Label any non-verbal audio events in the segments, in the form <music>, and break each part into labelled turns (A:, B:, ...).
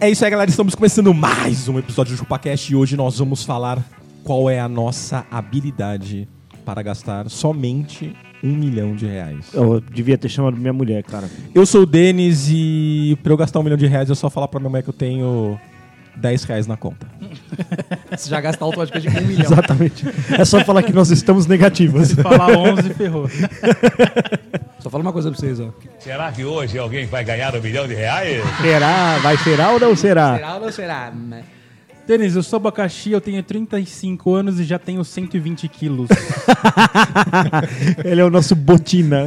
A: É isso aí, galera. Estamos começando mais um episódio do ChupaCast e hoje nós vamos falar qual é a nossa habilidade para gastar somente um milhão de reais.
B: Eu devia ter chamado minha mulher, cara. <laughs>
A: Eu sou o Denis e pra eu gastar um milhão de reais é só falar pra minha mãe que eu tenho 10 reais na conta.
C: Você já gasta automaticamente um milhão.
B: Exatamente. É só falar que nós estamos negativos.
C: <laughs> Falar 11 ferrou. <laughs> Só fala uma coisa pra vocês, ó.
D: Será que hoje alguém vai ganhar um milhão de reais?
B: Será? Vai será ou não será?
C: ou não será?
E: Denis, eu sou abacaxi, eu tenho 35 anos e já tenho 120
B: <laughs>
E: quilos.
B: Ele é o nosso botina.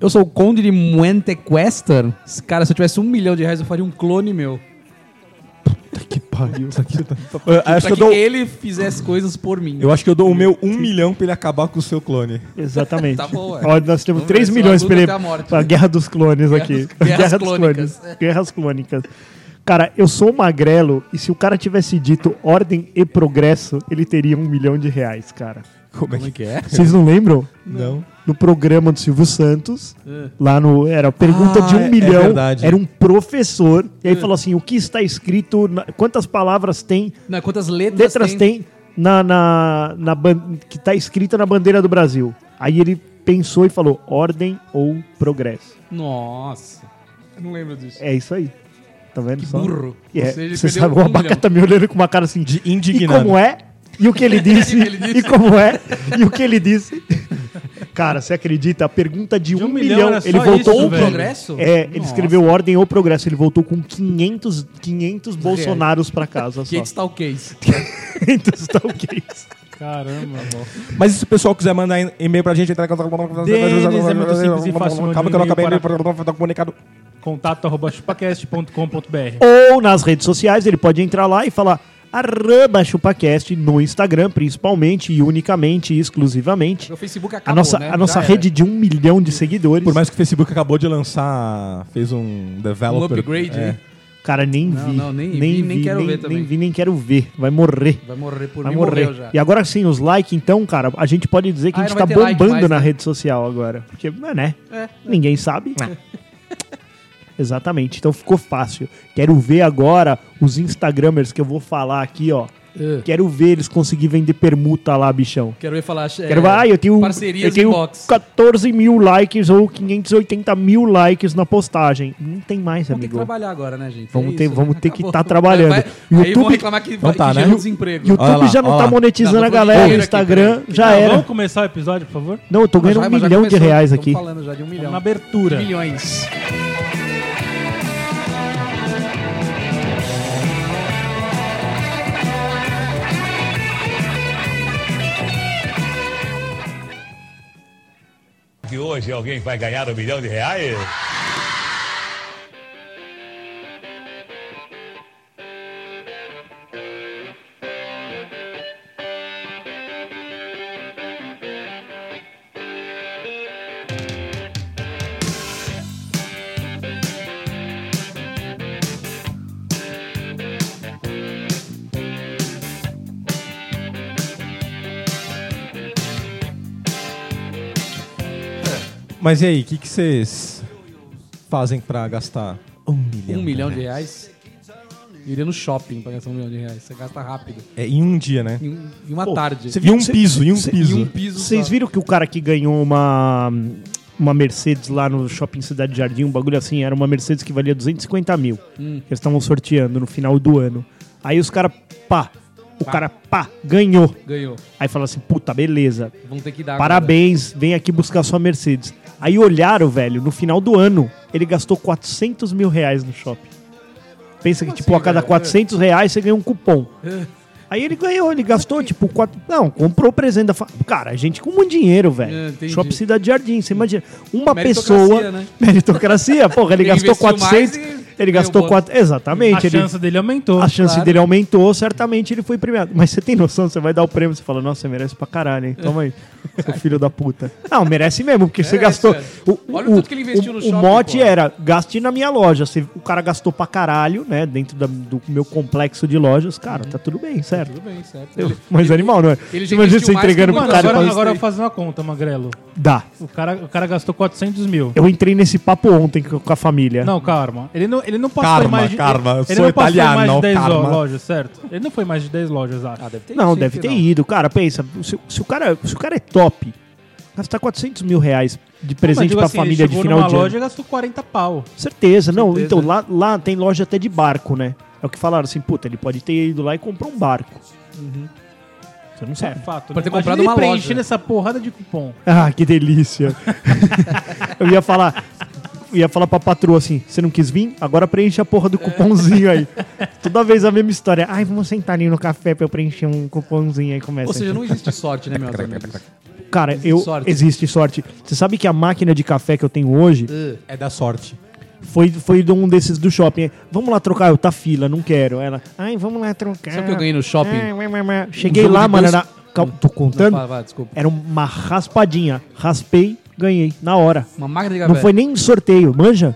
C: Eu sou o Conde de Muente Quester. Cara, se eu tivesse um milhão de reais, eu faria um clone meu.
B: que pariu.
A: tá- Eu acho,
C: Pra
A: que eu,
C: que
A: dou,
C: ele fizesse coisas por mim.
A: eu acho que eu dou o meu um milhão pra ele acabar com o seu clone.
B: Exatamente.
C: Tá bom, ué.
B: Ó, nós temos
C: Vamos
B: 3
C: ver se
B: milhões
C: uma
B: pra,
C: luta até a morte. né?
B: pra Guerra dos Clones
C: Guerra
B: aqui.
C: dos- Guerras Clônicas. né?
B: Guerras Clônicas. Cara, eu sou um magrelo e se o cara tivesse dito ordem e progresso, ele teria um milhão de reais, cara.
A: Como é que é?
B: Vocês não lembram?
A: Não.
B: no programa do Silvio Santos. Lá no. Era a pergunta
A: Ah,
B: de um
A: é- é
B: milhão.
A: verdade.
B: era um professor. E aí falou assim: o que está escrito? na- quantas palavras tem?
C: Não, quantas letras,
B: Letras tem, na, na, na ban- que está escrita na bandeira do Brasil. Aí ele pensou e falou: ordem ou progresso.
C: Nossa. Eu não lembro disso.
B: É isso aí. Tá vendo só?
C: burro.
B: E
C: Ou
B: é,
C: seja, ele
B: você
C: perdeu
B: sabe,
C: um
B: o Abaca
C: milhão.
B: tá me olhando com uma cara assim
A: De
B: E
A: indignado.
B: como é? E o que ele disse?
C: ele disse?
B: E como é? E o que ele disse? <laughs> Cara, você acredita? A pergunta de, um, milhão,
E: era só
B: ele voltou
E: isso,
B: com
C: Ou
E: velho.
C: progresso?
B: É, ele
C: Nossa.
B: escreveu ordem ou progresso, ele voltou com 500, 500 bolsonaros pra casa só.
C: Que tal case?
B: 500 talkies. <laughs>
E: Caramba,
A: Mas e se o pessoal quiser mandar em- e-mail pra gente, entrar em contato.
E: Denis, é muito simples e fácil,
A: Calma que eu não acabei
E: mande um e-mail
A: de dar um comunicado.
E: Contato arroba chupacast.com.br.
B: Ou nas redes sociais, ele pode entrar lá e falar arroba chupacast no Instagram, principalmente e unicamente e exclusivamente.
C: Meu Facebook
B: A
C: acabou,
B: nossa,
C: né?
B: a nossa
C: Já era.
B: rede de um milhão de seguidores.
A: Por mais que o Facebook acabou de lançar, fez um developer.
C: Um upgrade,
A: é.
C: né?
B: Cara, nem
C: Não,
B: vi.
C: não, nem vi, nem quero ver também.
B: Nem vi, nem quero ver. Vai morrer.
C: Vai morrer por
B: Vai
C: mim,
B: morrer.
C: morreu já.
B: E agora sim, os likes, então, cara, a gente pode dizer que
C: Ah,
B: a gente tá
C: não vai ter like
B: bombando
C: mais,
B: na
C: né?
B: rede social agora. Porque, né?
C: É.
B: Ninguém sabe.
A: É.
B: <laughs> Exatamente. Então ficou fácil. Quero ver agora os Instagramers que eu vou falar aqui, ó.
C: É.
B: Quero ver eles conseguir vender permuta lá, bichão.
C: Quero ver falar. é,
B: Quero ver, ah, eu tenho, eu
C: Parcerias
B: tenho
C: em box.
B: 14 mil likes ou 580 mil likes na postagem. Não tem mais,
C: Vamos ter que
B: amigo.
C: trabalhar agora, né, gente?
B: Vamos
C: É
B: ter-
C: isso.
B: vamos ter que
C: <laughs> Acabou.
B: tá trabalhando.
C: Vai- Aí
B: YouTube-
C: vão reclamar que,
A: Então
C: vai,
A: tá,
C: que
A: né?
C: gera um desemprego.
B: YouTube
A: Olha lá,
B: já não
A: olha
B: tá
A: lá.
B: monetizando
C: Não,
B: a
C: tô
B: galera, o
C: dinheiro aqui,
B: Instagram
C: peraí.
B: já
E: Tá,
B: era.
E: Vamos começar o episódio, por favor?
B: Não, eu tô ganhando
C: Mas
B: um
C: já- mas já
B: milhão de
C: começou,
B: reais
C: estamos
B: aqui.
C: falando já de um milhão.
E: Na abertura.
C: Milhões.
D: Que hoje alguém vai ganhar um milhão de reais?
A: Mas e aí, o que que vocês fazem pra gastar um milhão?
C: Um milhão de reais. Eu iria no shopping pra gastar um milhão de reais. Você gasta rápido.
A: É, em um dia, né?
C: Em, um- em uma tarde.
A: Você viu um piso, em um
C: Em
A: piso.
C: um piso
B: Vocês
C: só.
B: viram que o cara que ganhou uma, uma Mercedes lá no Shopping Cidade Jardim, um bagulho assim, era uma Mercedes que valia 250 mil.
C: Hum.
B: Eles estavam sorteando no final do ano. Aí os caras, pá, o cara, pá, ganhou.
C: Ganhou.
B: Aí falaram assim, puta, beleza,
C: Vão ter que dar agora.
B: parabéns, vem aqui buscar sua Mercedes. Aí olharam, velho, no final do ano, ele gastou 400
C: assim, É.
B: mil reais no shopping. Pensa que, tipo, a cada 400 reais você ganha um cupom. Aí ele ganhou, ele gastou tipo quatro. Não, comprou o presente da fa... Cara, a gente com muito dinheiro,
C: É,
B: velho.
C: entendi.
B: Shopping Cidade de Jardim, você imagina. Uma
C: Meritocracia,
B: pessoa.
C: né?
B: <laughs> Meritocracia, porra, ele
C: Ele
B: gastou
C: investiu mais
B: 400.
C: e
B: Ele
C: ganhou um
B: gastou
C: voto.
B: 4.
E: A
B: Exatamente. ele-
E: chance dele aumentou.
B: a chance
C: claro.
B: dele aumentou, certamente ele foi premiado. Mas você tem noção, você vai dar o prêmio, você fala, nossa, você merece pra caralho, hein? Toma aí, seu filho da puta. Não, merece mesmo, porque você
C: Merece,
B: gastou.
C: velho. Olha o tanto que ele investiu no
B: o
C: shopping,
B: mote
C: pô.
B: era, gaste na minha loja. Você- o cara gastou pra caralho, né? Dentro da- do meu complexo de lojas, cara, tá tudo bem, certo?
C: Tudo bem, certo.
B: Eu-
C: Ele-
B: mas animal, não é?
C: ele já
B: Imagina
C: investiu
B: você
C: mais
B: entregando
C: que
B: pro
C: muito.
E: Mano,
B: cara
E: agora,
B: pra-
E: agora eu faço uma conta, Magrelo.
B: Dá.
E: O cara, o cara gastou 400 mil.
B: Eu entrei nesse papo ontem com com a família.
E: Não, karma. Ele não, ele não passou
A: Karma,
E: em mais de,
A: karma. Eu
E: Ele
A: sou
E: não passou em mais
A: italiano,
E: de 10
A: karma.
E: lojas, certo? Ele não foi em mais de 10 lojas, acho.
C: Ah, deve ter
B: Não,
C: ido,
B: deve
C: sim,
B: ter
C: não.
B: ido. Cara, pensa, se, se o cara, se o cara é top, gastar 400 mil reais de presente pra
C: assim,
B: família de final
E: assim, numa
B: de ano.
E: loja e gastou 40 pau.
B: Certeza, não.
C: Certeza.
B: Então, lá, lá tem loja até de barco, né? É o que falaram assim, puta, ele pode ter ido lá e comprou um barco.
C: Uhum.
B: Você não
E: É
B: sabe.
E: fato.
C: Pra
E: né?
C: ter
E: Imagina
C: comprado
E: ele
C: uma loja.
E: preenchendo essa porrada de cupom.
B: Ah, que
C: <laughs>
B: delícia. eu ia falar. eu Ia falar pra patroa assim, você não quis vir? Agora preenche a porra do cupomzinho
C: <laughs>
B: aí. Toda vez a mesma história. Ai, vamos sentar ali no café pra eu preencher um cupomzinho aí começa.
C: Ou seja, não existe
B: <laughs>
C: sorte, né, meus amigos?
B: Cara,
C: Existe
B: eu
C: sorte.
B: existe sorte. Você sabe que a máquina de café que eu tenho hoje
C: Uh,
A: É da sorte.
B: foi foi de um desses do shopping. Vamos lá trocar, eu tá fila, não quero. Ela, ai, vamos lá trocar.
C: Sabe o que eu ganhei no shopping? Um
B: Ai, ué, ué, ué. Cheguei
C: jogo
B: lá,
C: de
B: mano,
C: dois-
B: era cal- tô
C: não,
B: contando.
C: vai, vai, desculpa.
B: Era uma raspadinha. Raspei, ganhei na hora.
C: Uma máquina de
B: Não
C: café.
B: foi nem sorteio, manja?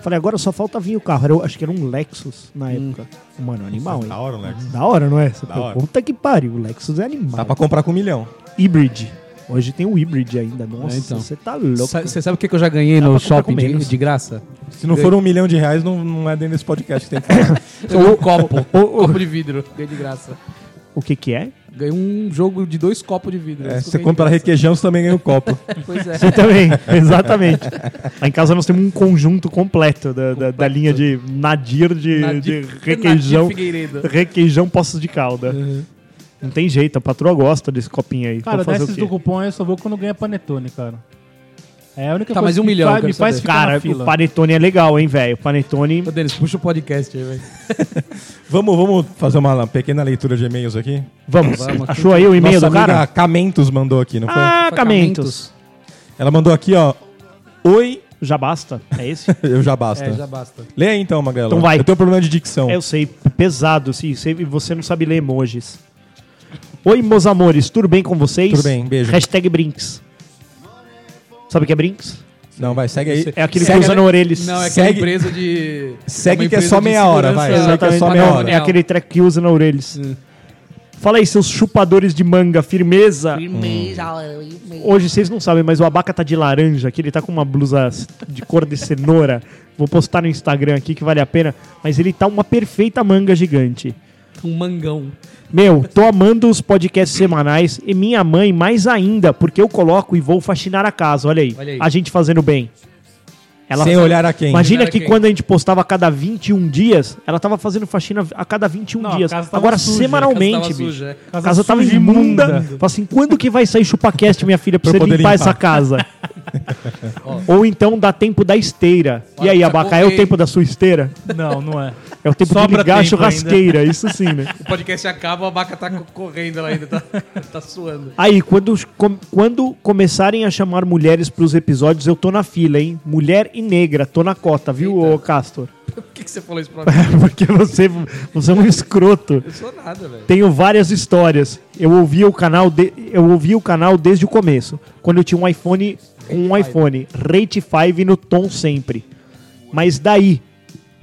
B: Falei, agora só falta vir o carro. Era, acho que era um Lexus na
C: Hum.
B: época. Mano, animal, hein?
A: Da hora, Lex.
B: Da hora, não é? Você
A: Da
B: pô,
A: hora.
B: Puta que pariu, o Lexus é animal.
A: Dá pra comprar com um milhão.
B: Hybrid. Hoje tem o hybrid ainda. Nossa,
C: É, então.
B: você tá louco.
C: Sa- Você sabe o que que eu já ganhei
B: pra
C: no
B: comprar com
C: shopping de,
B: menos.
C: de graça?
A: Se não for um milhão de reais, não, não é dentro desse podcast que tem que
C: <laughs>
A: falar.
C: Um copo. copo de vidro. Ganhei de graça.
B: O que que é? <laughs>
C: Ganhei um jogo de dois copos de vidro.
A: É,
C: Isso
A: você
C: eu ganhei de
A: compra requeijão, você também ganha o
C: <laughs>
A: copo.
C: graça. Pois é.
B: Você também, exatamente. Lá em casa nós temos um conjunto completo da, da- da linha de nadir de,
C: Nadir-
B: de requeijão.
C: Nadir Figueiredo. Uhum.
B: Requeijão poços de calda. Não tem jeito, a patroa gosta desse copinho aí.
E: Cara,
B: Vou fazer o
E: desses
B: quê?
E: do cupom eu só vou quando ganha panetone, cara. É a única
C: Tá,
E: coisa
C: mas e um
E: que me
C: milhão,
E: faz-
C: eu quero
E: me faz
C: saber.
E: ficar
B: Cara,
E: na fila.
B: o panetone é legal, hein, velho? O panetone.
C: Ô, Denis, puxa o podcast aí, velho.
A: vamos, vamos fazer uma pequena leitura de e-mails aqui?
B: Vamos.
C: Vamos,
B: Achou aí o e-mail
A: Nossa
B: do cara?
A: amiga Camentos mandou aqui, não foi?
B: Ah, Camentos.
A: Ela mandou aqui, ó. Oi,
B: Já basta? É esse?
A: eu já basta.
C: É, já basta.
A: Lê aí então, Magalhães.
B: Então vai.
A: Eu tenho um problema de dicção.
B: É, Eu sei, pesado, sim. sei- Você não sabe ler emojis. Oi, meus amores, tudo bem com vocês?
A: Tudo bem, beijo.
B: Hashtag Brinks. Sabe o que é Brinks?
A: Não, vai, segue aí.
B: É aquele
A: segue,
B: que usa no orelhas.
C: Não, é que é
A: Segue-
C: uma empresa de.
A: segue
C: é uma
A: que é
C: empresa
A: só
C: de
A: meia hora, vai.
C: segurança Tá
A: Segue que é só meia
C: patrimonial.
A: hora.
B: É aquele track que usa na orelhas. Fala aí, seus chupadores de manga, firmeza. Hoje vocês não sabem, mas o Abaca tá de laranja aqui, ele tá com uma blusa de cor de cenoura. Vou postar no Instagram aqui que vale a pena, mas ele tá uma perfeita manga gigante.
C: Um mangão.
B: Meu, tô amando os podcasts semanais e minha mãe mais ainda, porque eu coloco e vou faxinar a casa, olha aí.
C: Olha aí.
B: A gente fazendo bem. Ela
A: Sem olhar a quem.
B: Imagina
C: Olhar a
B: que
C: quem.
B: quando a gente postava a cada 21 dias, ela tava fazendo faxina a cada 21
E: Não, a
B: dias.
E: casa tava
B: Agora
E: suja,
B: semanalmente,
C: a casa tava
B: bicho.
C: suja, é.
B: A casa tava
E: suja e
B: imunda.
E: imunda.
B: Fala assim, quando que vai sair chupacast, minha filha, pra
A: Pra
B: você
A: eu poder
B: limpar,
A: limpar. <laughs>
B: essa casa? Ou então dá tempo da esteira. e
C: Olha,
B: aí,
C: já
B: Abacá, é o
C: coloquei.
B: tempo da sua esteira?
E: <laughs> Não, não é.
B: É o tempo de
E: Sobra
B: ligar a
E: tempo
B: churrasqueira, isso sim, né?
C: O podcast acaba, a vaca tá co- correndo lá ainda, tá, <laughs> tá suando.
B: Aí, quando, os- com- quando começarem a chamar mulheres pros episódios, eu tô na fila, hein? Mulher e negra, tô na cota, viu, ô Castor? <laughs>
C: Por que, que você falou isso pra mim?
B: Porque você, você é um escroto.
C: Eu sou nada, velho.
B: Tenho várias histórias. Eu ouvia o canal, de- eu ouvia o canal desde o começo, quando eu tinha um iPhone, um iPhone Rate 5 no tom sempre. Mas daí,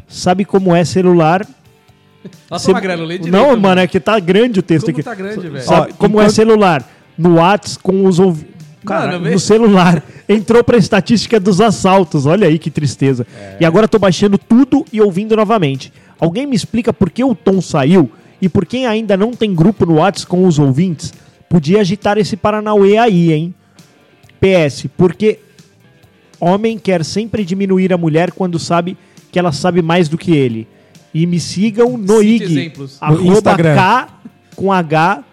B: sabe como é celular?
C: Nossa,
B: Cê-
C: Tá Magrelo, lê direito.
B: Não, mano, é que tá grande o texto
C: Como
B: aqui.
C: tá grande, velho?
B: Sabe
A: Ó,
B: como é
A: enquanto-
B: celular? No Whats com os ouvidos. Cara,
C: Mano,
B: no
C: vê-
B: celular. <laughs> Entrou pra estatística dos assaltos. Olha aí que tristeza.
C: É.
B: E agora tô baixando tudo e ouvindo novamente. Alguém me explica por que o tom saiu e por quem ainda não tem grupo no Whats com os ouvintes podia agitar esse Paranauê aí, hein? PS, porque homem quer sempre diminuir a mulher quando sabe que ela sabe mais do que ele. E me sigam no
C: Cite
B: IG.
C: exemplos.
A: No
B: Arroba
A: Instagram.
B: K com H,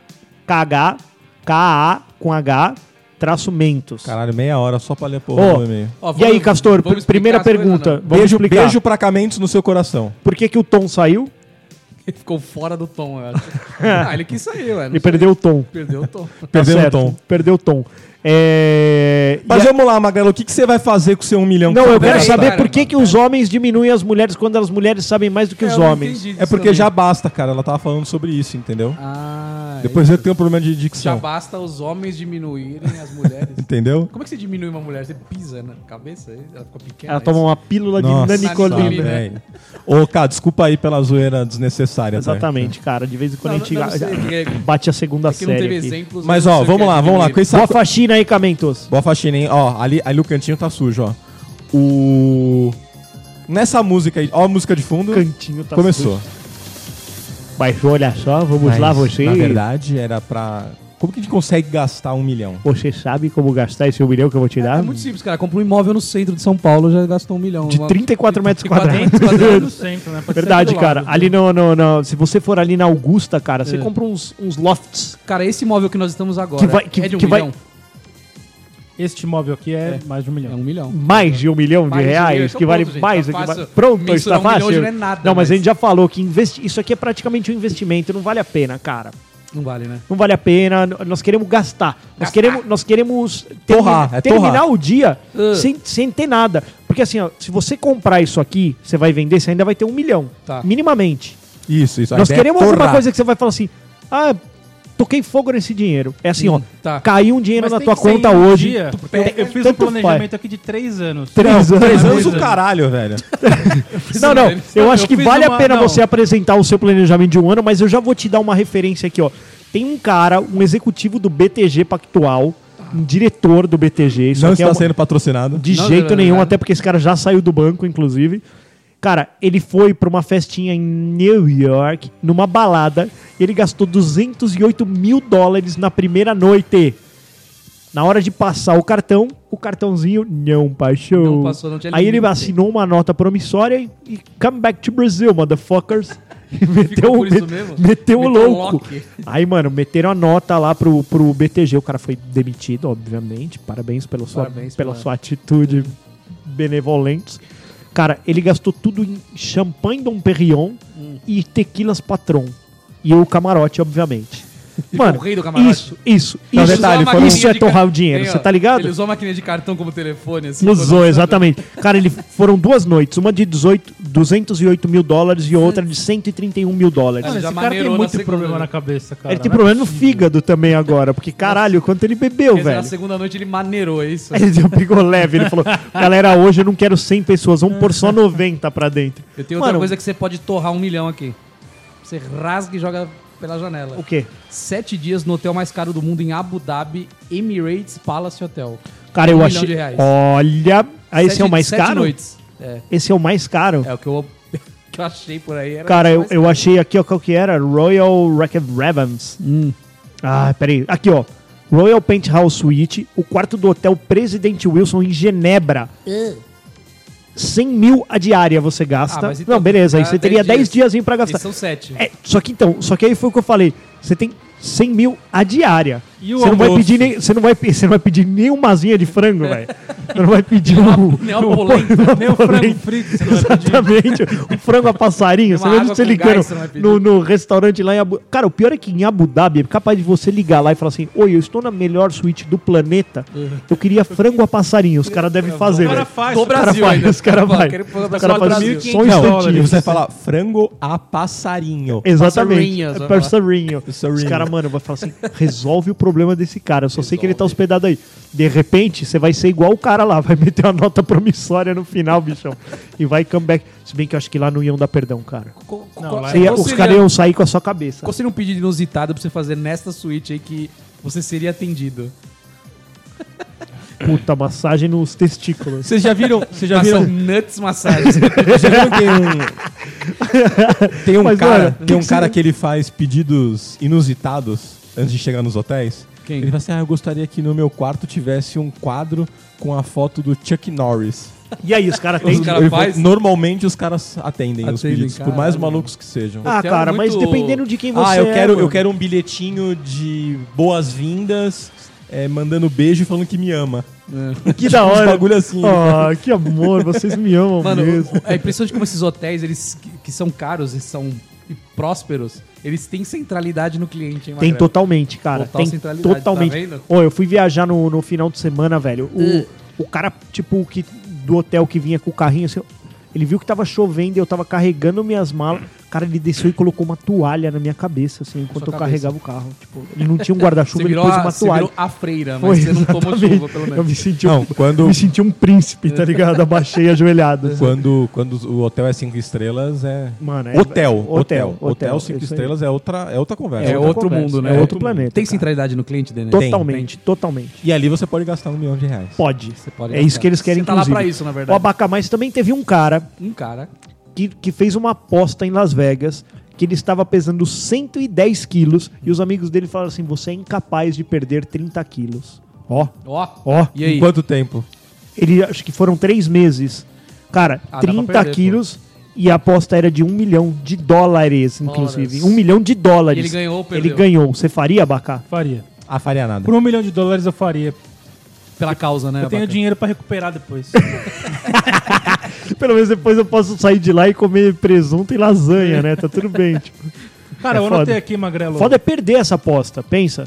B: KH, KA com H, traço Mentos.
A: Caralho, meia hora só pra ler a porra
B: Ó,
A: do e-mail.
C: Ó,
B: e
C: vamos-
B: aí, Castor,
C: vamos
B: pr- primeira
C: explicar as coisas,
B: pergunta.
C: não?
B: vamos
A: beijo,
B: explicar.
A: beijo pra Camentos no seu coração.
B: Por que, que o Tom saiu?
C: Ele ficou fora do tom, eu acho. ah, ele quis sair, ué. não
B: Ele
C: sei.
B: perdeu o tom.
C: Perdeu
A: <laughs>
C: o tom.
B: Tá
A: Perdeu o
B: certo,
A: tom.
B: Perdeu o tom. É,
A: Mas
B: e a-
A: vamos lá, Magrelo, o que, que você vai fazer com o seu um milhão?
B: Não, eu
C: Pera
B: quero
C: aí,
B: saber
C: pera,
B: por que,
C: mano,
B: que os homens diminuem as mulheres quando as mulheres sabem mais do que
C: É,
B: os
C: eu não
B: homens.
C: entendi disso
A: É porque
C: também.
A: já basta, cara. Ela tava falando sobre isso, entendeu?
C: Ah,
A: Depois eu tenho um problema de
C: já
A: dicção.
C: basta os homens diminuírem as mulheres.
A: Entendeu?
C: Como é que você diminui uma mulher? Você pisa na cabeça? Ela fica pequena? é
B: Ela toma uma pílula
A: Nossa,
B: de né? nanicolina.
C: Nicolina.
A: velho. Ô, cara, desculpa aí pela zoeira desnecessária. tá?
B: Exatamente, cara. De vez em quando
C: Não,
B: a gente
C: não, não sei, porque-
B: bate a segunda
C: Porque não
B: série.
C: teve
B: aqui.
C: exemplos.
A: Mas
C: eu não
A: ó,
C: sei o
A: vamos
C: que é
A: lá, vamos lá.
C: diminuir.
A: Com esse
B: Boa
A: saco...
B: faxina aí, Camentos.
A: Boa faxina, hein? Ó, ali, ali o cantinho tá sujo, ó. O... Nessa música aí, ó a música de fundo.
B: Cantinho tá
A: Começou.
B: sujo. Mas olha só, vamos
A: Mas,
B: lá, você.
A: Na verdade, era pra... Como que a gente consegue gastar um milhão?
B: Você sabe como gastar esse um milhão que eu vou te dar?
C: É muito simples, cara. Compra um imóvel no centro de São Paulo, já gastou um milhão.
B: de
C: Uma-
B: 34 metros
C: 34
B: quadrados.
E: No centro, né? Pode ser
B: Verdade,
E: do lado.
B: cara. Ali no, no, no- Se você for ali na Augusta, cara,
C: É.
B: você compra uns, uns lofts.
C: Cara, esse imóvel que nós estamos
B: Que
C: agora
B: vai- que-
C: é de um
B: que vai-
C: milhão?
E: Este imóvel aqui é, mais de um
C: É
E: milhão.
C: um milhão.
B: Mais de um milhão de
C: Mais de um milhão,
B: reais,
C: então
B: que vale
C: pronto, gente,
B: mais
C: tá
B: do que
C: fácil.
B: va- Pronto,
C: Mensurar
B: está
C: um milhão
B: fácil.
C: hoje não é nada,
B: não, mas a
C: mas-
B: gente já falou que investi... isso aqui é praticamente um investimento, não vale a pena, cara.
C: Não vale, né?
B: Não vale a pena, n- nós queremos gastar. Nós queremos, nós queremos termi-
A: Torrar, é
B: terminar
A: torrar.
B: o dia
C: Ah.
B: sem, sem ter nada. Porque assim, ó, se você comprar isso aqui, você vai vender, você ainda vai ter um milhão.
C: Tá.
B: Minimamente.
A: Isso, isso. a
B: Nós
A: ideia é
B: queremos alguma
A: torrar.
B: coisa que você vai falar assim: ah, toquei fogo nesse dinheiro. É assim, ó,
C: tá.
B: caiu um dinheiro
E: Mas
B: na
E: tem
B: tua
E: que ser
B: conta
E: em um
B: hoje.
E: dia,
B: tu-
E: porque eu- eu fiz um
B: tanto
E: planejamento
B: faz.
E: aqui de três anos.
B: Três anos.
A: Três anos
E: Três
A: o
E: anos.
A: caralho, velho.
B: Não, não.
C: Eles-
B: Eu
E: não,
B: acho
E: eu
B: que
E: fiz
B: vale a
E: uma-
B: pena
E: não.
B: você apresentar o seu planejamento de um ano, mas eu já vou te dar uma referência aqui, ó. Tem um cara, um executivo do BTG Pactual, um diretor do BTG. Isso
A: Não
B: aqui
A: está
B: é uma-
A: sendo patrocinado.
B: de
C: Não,
B: jeito
C: não, não,
B: nenhum,
C: não.
B: até porque esse cara já saiu do banco, inclusive. Cara, ele foi pra uma festinha em New York, numa balada, e ele gastou 208 mil dólares na primeira noite. Na hora de passar o cartão, o cartãozinho não passou.
C: Não passou, não tinha
B: Aí ele
C: limite.
B: assinou uma nota promissória e, e come back to Brazil, motherfuckers. <laughs> E meteu,
C: por isso
B: met-
C: mesmo?
B: meteu o
C: Meteu um
B: louco.
C: lock.
B: Aí, mano, meteram a nota lá pro, pro BTG. O cara foi demitido, obviamente. Parabéns pela sua,
C: Parabéns
B: pela
C: pela-
B: sua atitude benevolente. Cara, ele gastou tudo em champanhe Dom Perignon
C: Hum.
B: e tequilas Patron. E o camarote, obviamente. Mano,
C: o rei do camarote.
B: isso, isso,
A: Na
B: isso,
A: verdade,
B: isso,
C: um
A: foram-
B: é torrar o dinheiro, você tá ligado?
C: Ele usou a maquininha de cartão como telefone, assim.
B: Usou, exatamente. Cara, ele foram duas noites, uma de 18, 208 mil dólares e outra de 131 mil dólares.
E: Mano,
C: já
E: esse cara tem
C: maneirou na
E: muito
C: segunda,
E: problema
C: né?
E: na cabeça, cara.
B: ele tem
E: Não é
B: problema no
E: possível.
B: fígado também agora, porque caralho, quanto ele bebeu,
C: Quer dizer,
B: <laughs>
C: na
B: velho.
C: segunda noite ele maneirou, é isso?
B: Ele deu pegou leve, ele falou: galera, hoje eu não quero 100 pessoas, vamos pôr só 90 pra dentro.
C: Eu tenho outra
B: Mano,
C: coisa que você pode torrar um milhão aqui. Você rasga e joga pela janela.
B: O quê?
C: Sete dias no hotel mais caro do mundo em Abu Dhabi, Emirates Palace Hotel.
B: Cara, eu
C: um milhão
B: achei.
C: de reais.
B: Olha. Ah, esse
C: Sete-
B: é o mais
C: sete
B: caro?
C: noites. É,
B: Esse é o mais caro?
C: é o que eu, <laughs> que eu achei por aí. Era
B: Cara,
C: o
B: eu,
C: mais
B: eu
C: caro.
B: achei aqui, ó, qual que era? Royal Wreck Ravens. Ah, peraí. Aqui, ó. Royal Penthouse Suite, o quarto do Hotel Presidente Wilson em Genebra. 100 mil a diária você gasta.
C: Ah, mas então
B: Não, beleza, aí
C: dá
B: você
C: 10
B: teria 10
C: dias.
B: dias pra
C: E
B: gastar.
C: são sete. <laughs>
B: É, só que então, só que aí foi o que eu falei. Você tem 100 mil a diária.
E: E o
B: Você não, vai
E: almoço?
B: pedir nem, você, não vai, pe- você não vai pedir nem uma asinha de frango,
C: <laughs>
B: velho. Você não vai pedir um,
C: Nem um uma polenta.
B: <laughs>
E: Nem o frango frito, você não vai
B: Exatamente.
E: pedir.
B: o frango a passarinho.
C: Uma
B: Você lembra
C: água
B: de você
C: com
B: ligando
C: gás, você não vai pedir.
B: no, no restaurante lá em Abu Cara, o pior é que em Abu Dhabi é capaz de você ligar lá e falar assim: Oi, eu estou na melhor suíte do planeta.
C: É.
B: Eu queria frango a passarinho. Os caras devem fazer,
E: O cara
B: velho.
E: faz.
C: Do
E: o cara-
C: Brasil
B: faz,
C: ainda.
B: os cara
C: Fala,
B: vai.
C: quero ir pro
B: Os cara
C: Brasil.
B: faz só
C: Brasil, quem-
B: um
A: Não,
B: instantinho.
A: e você vai falar frango a passarinho.
B: Exatamente.
C: Passarinhas,
B: É
C: vai
B: passarinho.
A: Passarinho.
B: Os caras, mano, vai falar assim: resolve o problema desse cara. Eu só sei que ele tá hospedado aí. De repente, você vai ser igual o cara lá, vai meter uma nota promissória no final, bichão. e vai comeback. Se bem que eu acho que lá não iam dar perdão, cara.
C: Co- co-
E: Não,
C: qual-
E: lá-
A: É,
B: Você ia-
C: qual
B: os
C: seria-
B: caras iam sair com a sua cabeça.
C: Qual seria um pedido inusitado pra você fazer nesta suíte aí que você seria atendido?
B: Puta, massagem nos testículos.
A: Vocês já viram, vocês já
C: Ah, são
A: viram
C: nuts
B: <laughs>
C: massagens.
A: Você viu que tem um. Tem um
B: Mas,
A: cara,
B: olha,
A: tem um cara que ele faz pedidos inusitados antes de chegar nos hotéis.
C: Quem?
A: Ele fala assim: Ah, eu gostaria que no meu quarto tivesse um quadro com a foto do Chuck Norris.
B: E aí, os caras
C: Os
B: têm.
C: cara
A: Ele
C: faz?
A: falou, normalmente os caras atendem, os
C: Atendem,
A: pedidos, por mais
C: caralho.
A: malucos que sejam.
B: Ah,
C: Hotel
B: cara,
C: muito-
B: mas dependendo de quem
A: é
B: você
A: Ah, eu
B: é,
A: quero, eu
B: mano.
A: quero um bilhetinho de boas-vindas, é, mandando beijo e falando que me ama.
B: Que
A: <laughs>
B: da
A: Uns
B: hora.
A: bagulho assim.
B: Ah, que amor, vocês me amam
C: Mano,
B: mesmo.
C: é impressionante como esses hotéis, eles que- que são caros e são e prósperos, eles têm centralidade no cliente, hein,
B: Tem
C: Magrelo?
B: totalmente, cara.
C: Total
B: tem
C: centralidade, tá
B: totalmente.
C: vendo?
B: Ó, eu fui viajar no, no final de semana, velho. O,
C: Uh.
B: o cara, tipo, que, do hotel que vinha com o carrinho, assim, ele viu que tava chovendo e eu tava carregando minhas malas. Cara, ele desceu e colocou uma toalha na minha cabeça, assim, enquanto
C: Sua
B: eu
C: cabeça.
B: carregava o carro. Tipo, ele não tinha um
C: Você
B: guarda-chuva, ele
C: virou,
B: pôs
C: a,
B: uma
C: você
B: toalha.
C: virou a freira, mas
B: Foi,
C: você não tomou
B: exatamente.
C: chuva, pelo
B: Eu me
C: menos.
B: senti um,
A: Não, quando- <laughs>
B: me senti um príncipe, tá ligado? Abaixei ajoelhado. assim.
A: Quando, quando o hotel é cinco estrelas, é.
B: Mano, é-
A: Hotel,
B: hotel,
A: hotel. Hotel,
B: hotel,
A: cinco
B: isso aí.
A: estrelas é outra, é outra conversa.
C: É
B: outra
C: outro
B: conversa,
C: mundo,
B: é
C: né?
B: outro planeta,
C: Tem
B: cara.
C: centralidade no cliente, Denis?
B: Totalmente, totalmente.
A: E ali você pode gastar um milhão de reais.
B: Pode.
C: pode
B: é
C: gastar.
B: isso que eles querem,
C: Você tá lá pra
B: inclusive.
C: isso, na verdade.
B: O Abacamais também teve um cara
C: Um cara.
B: que, que fez uma aposta em Las Vegas que ele estava pesando 110 quilos e os amigos dele falaram assim: você é incapaz de perder 30 quilos. Ó,
C: Ó.
B: ó.
C: E aí?
A: Em quanto tempo?
B: Ele acho que foram três meses. Cara,
C: Ah, dá pra
B: 30
C: perder, pô.
B: quilos e a aposta era de um milhão de dólares, inclusive. Um milhão de dólares.
C: E ele ganhou ou perdeu?
B: Ele ganhou. Você faria, Abacá?
E: Faria.
A: Ah, faria nada.
E: Por um milhão de dólares eu faria.
C: É, Pela causa, né?
E: Eu tenho
C: Abaca?
E: dinheiro pra
B: <laughs>
E: recuperar depois.
B: É Pelo menos depois eu posso sair de lá e comer presunto e lasanha, né? Tá tudo bem.
C: <laughs>
B: Tipo.
E: Cara,
B: É
E: eu anotei
B: foda.
E: aqui, Magrelo.
B: Foda é perder essa aposta, pensa.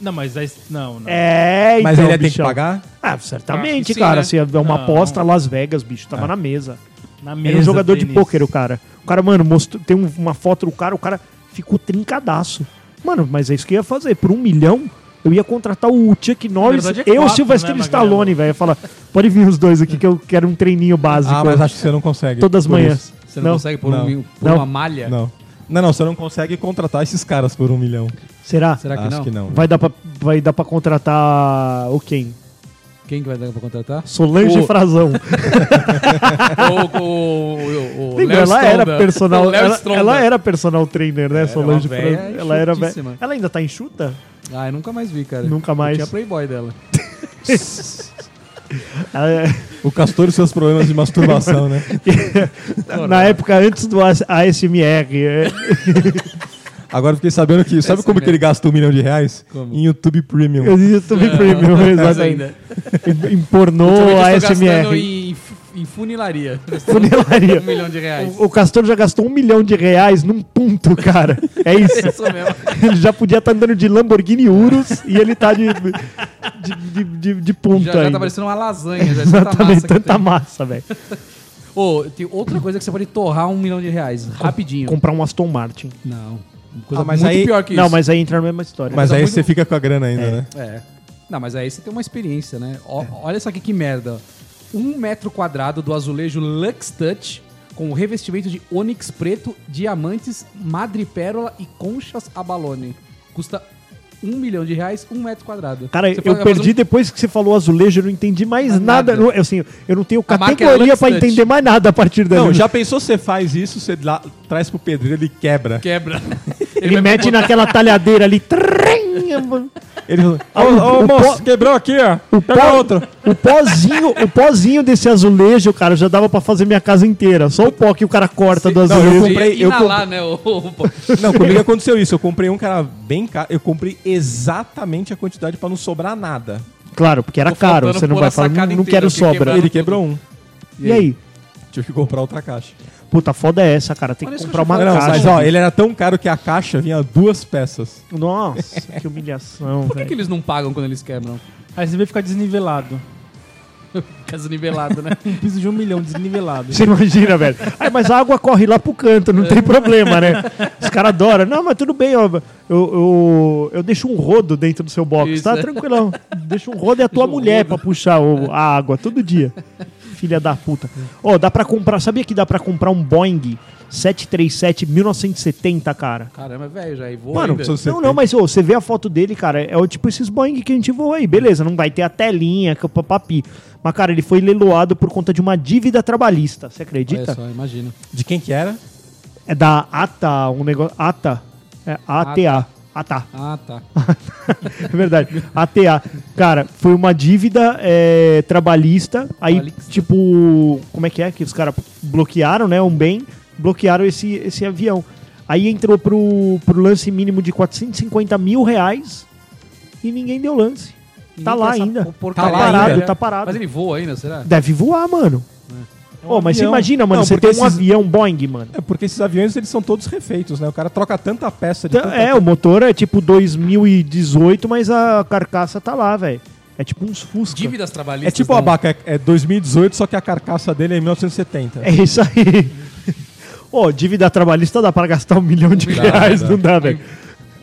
E: Não, mas aí- não, não.
B: É, então,
A: Mas ele ia ter que
B: bichão.
A: pagar?
B: Ah, certamente,
C: Ah, sim,
B: cara.
C: né?
B: Se é uma
E: Não. É.
B: aposta, Las Vegas, bicho, tava na mesa.
E: Na
B: Era um jogador de
E: Denis.
B: pôquer, o cara. O cara, mano, mostrou, tem um- uma foto do cara, o cara ficou trincadaço. Mano, mas é isso que eu ia fazer. Por um milhão, eu ia contratar o Chuck Norris
E: verdade, é
B: e o
E: quatro,
B: Sylvester
E: né, Magrelo?
B: Stallone, velho. Ia falar, pode vir os dois aqui que eu quero um treininho básico.
A: Ah, mas acho que você não consegue.
B: Todas as
A: por
B: manhãs.
A: isso.
C: Você não, consegue pôr
A: não,
C: um- pôr
B: não.
C: uma malha?
A: Não. Não, não, você não consegue contratar esses caras por um milhão.
B: Será?
C: Será que
A: Acho
C: não?
A: que não.
B: Vai dar pra, vai dar pra contratar o quem?
C: Quem que vai dar pra
B: <laughs>
C: contratar?
B: Solange
A: <laughs>
C: O-
B: Frazão.
C: o o- o- o
B: Lembra,
C: Léo
B: ela era
C: Stronda. <laughs> O
B: personal.
C: Léo
B: Ela,
C: Stronda.
B: ela era personal trainer, né? Solange
C: uma véia
B: Fran- Ela era véia.
C: chutíssima.
B: Ela ainda tá enxuta?
C: Ah, eu nunca mais vi, cara.
B: Nunca
C: Eu
B: mais.
C: tinha Playboy dela.
B: Ela é-
A: O Castor e seus problemas de masturbação, né?
B: <laughs> Na época antes do AS- ASMR. é.
A: Agora eu fiquei sabendo que. Sabe
C: Essa
A: como que ele
C: merda.
A: gasta um milhão de reais?
C: Como?
A: Em YouTube Premium.
B: Eu disse YouTube
C: <laughs>
B: Premium,
C: Mas
B: exatamente.
C: ainda.
B: Em, em pornô,
C: Ultimamente eu estou gastando
B: ASMR.
C: em, em funilaria.
B: Funilaria.
C: um milhão
B: <laughs>
C: de reais.
B: O, o Castor já gastou um milhão de reais num ponto, cara. É isso.
C: <laughs> Isso mesmo.
B: ele já podia estar andando de Lamborghini Urus e ele tá de, de, de, de, de ponto
C: Já, já tá
B: ainda.
C: parecendo uma lasanha. Já é tanta
B: Exatamente,
C: massa que
B: tanta
C: tem.
B: massa, velho.
C: Ô, tem outra coisa que você pode torrar um milhão de reais. Rapidinho.
B: Comprar um Aston Martin.
C: Não. Uma coisa
A: Ah, mas
C: muito
A: aí-
C: pior que isso.
B: Não, mas aí entra na mesma história.
A: Mas
C: Tá
A: aí
C: muito-
A: você fica com a grana ainda, né?
C: É. Não, mas aí você tem uma experiência, né? Ó- Olha só aqui que merda. Um metro quadrado do azulejo Lux Touch com revestimento de ônix preto, diamantes, madrepérola e conchas abalone. Custa um milhão de reais, um metro quadrado.
B: Cara,
C: Você
B: eu
C: faz-
B: perdi
C: faz um-
B: depois que você falou azulejo, eu não entendi mais
C: Mas
B: nada.
C: nada.
B: Eu, assim, eu não tenho
C: A marca
B: categoria
C: era
B: pra
C: Lux
B: entender
C: Touch.
B: mais nada a partir daí.
A: Não, já pensou você faz isso, você lá- traz pro pedreiro, ele quebra.
C: Quebra.
B: Ele mete naquela talhadeira ali. trem,
A: Ele fala,
B: Ah, o- o pó-
A: quebrou aqui, ó.
B: pó- O pozinho, o pozinho desse azulejo, cara, já dava pra fazer minha casa inteira. Só o pó que o cara corta do
A: não, eu
B: azulejo.
A: comprei-
C: Você ia
A: eu
C: inalar, né? o- o-
A: Não, comigo aconteceu isso. Eu comprei um cara bem caro. Eu comprei exatamente a quantidade pra não sobrar nada.
B: Claro, porque era
C: Tô
B: caro.
C: faltando
B: Você não
C: pôr
B: vai
C: a
B: falar,
C: sacada
B: não, não
C: inteira,
B: quero
C: porque
B: sobra.
C: quebraram.
A: Ele quebrou um.
B: E aí?
A: Tive que comprar outra caixa.
B: Puta, foda é essa, cara. Tem
C: Olha
B: que
C: isso
B: comprar
C: que eu
B: uma
C: te
A: Não,
C: falei.
B: caixa.
A: mas ó, ele era tão caro que a caixa vinha duas peças.
B: Nossa, que humilhação,
C: Por que, que
B: velho.
C: eles não pagam quando eles quebram? <laughs>
E: Aí você vai ficar desnivelado.
C: Caso nivelado, né?
E: Um piso de um milhão
B: <laughs>
E: desnivelado.
B: Você imagina, velho. Ai, mas a água corre lá pro canto, não tem problema, né? Os caras adoram. Não, mas tudo bem, ó. Eu, eu, eu deixo um rodo dentro do seu box,
C: Isso.
B: tá? Tranquilão. Deixa um rodo e a tua
C: um
B: mulher
C: rodo.
B: pra puxar o- a água todo dia. Filha da puta. Ó, dá pra comprar. Sabia que dá pra comprar um Boeing 737 1970, cara?
C: Caramba, é velho, já e voa
A: Mano,
C: ainda.
A: se você
B: não, não, mas ô, você vê a foto dele, cara, é o tipo esses Boeing que a gente voa aí. Beleza, não vai ter a telinha, que o papapi. Mas, cara, ele foi leiloado por conta de uma dívida trabalhista, você
C: Olha
B: acredita?
C: só, imagina.
A: De quem que era?
B: É da ATA, um negócio... ATA. É ATA. ATA. <laughs>
C: Ah, tá.
B: É verdade. ATA. Cara, foi uma dívida é, trabalhista. Aí,
C: Trabalhista.
B: tipo, como é que é? Que os caras bloquearam, né? Um bem, bloquearam esse, esse avião. Aí entrou pro, pro lance mínimo de 450 mil reais e ninguém deu lance.
C: Ninguém
B: tá
C: quer
B: lá
C: essa
B: ainda.
C: porcaria
A: Tá parado,
C: ainda.
B: tá parado.
C: Mas ele voa ainda, será?
B: Deve voar, mano. Ô, mas você
A: avião.
B: imagina, mano,
A: Não,
B: você
A: porque
B: tem um
A: esses-
B: avião Boeing, mano.
A: É porque esses aviões eles são todos refeitos, né? O cara troca tanta peça de.
B: Então,
A: tanta-
B: É, o motor é tipo 2018, mas a carcaça tá lá, velho. É tipo uns Fusca.
C: Dívidas trabalhistas.
A: É tipo o
C: né?
A: Abaca, é é 2018, só que a carcaça dele é em 1970.
B: É isso aí. <laughs> Ô, dívida trabalhista dá pra gastar um milhão de
C: Dá,
B: reais,
C: dá.
B: não dá, velho.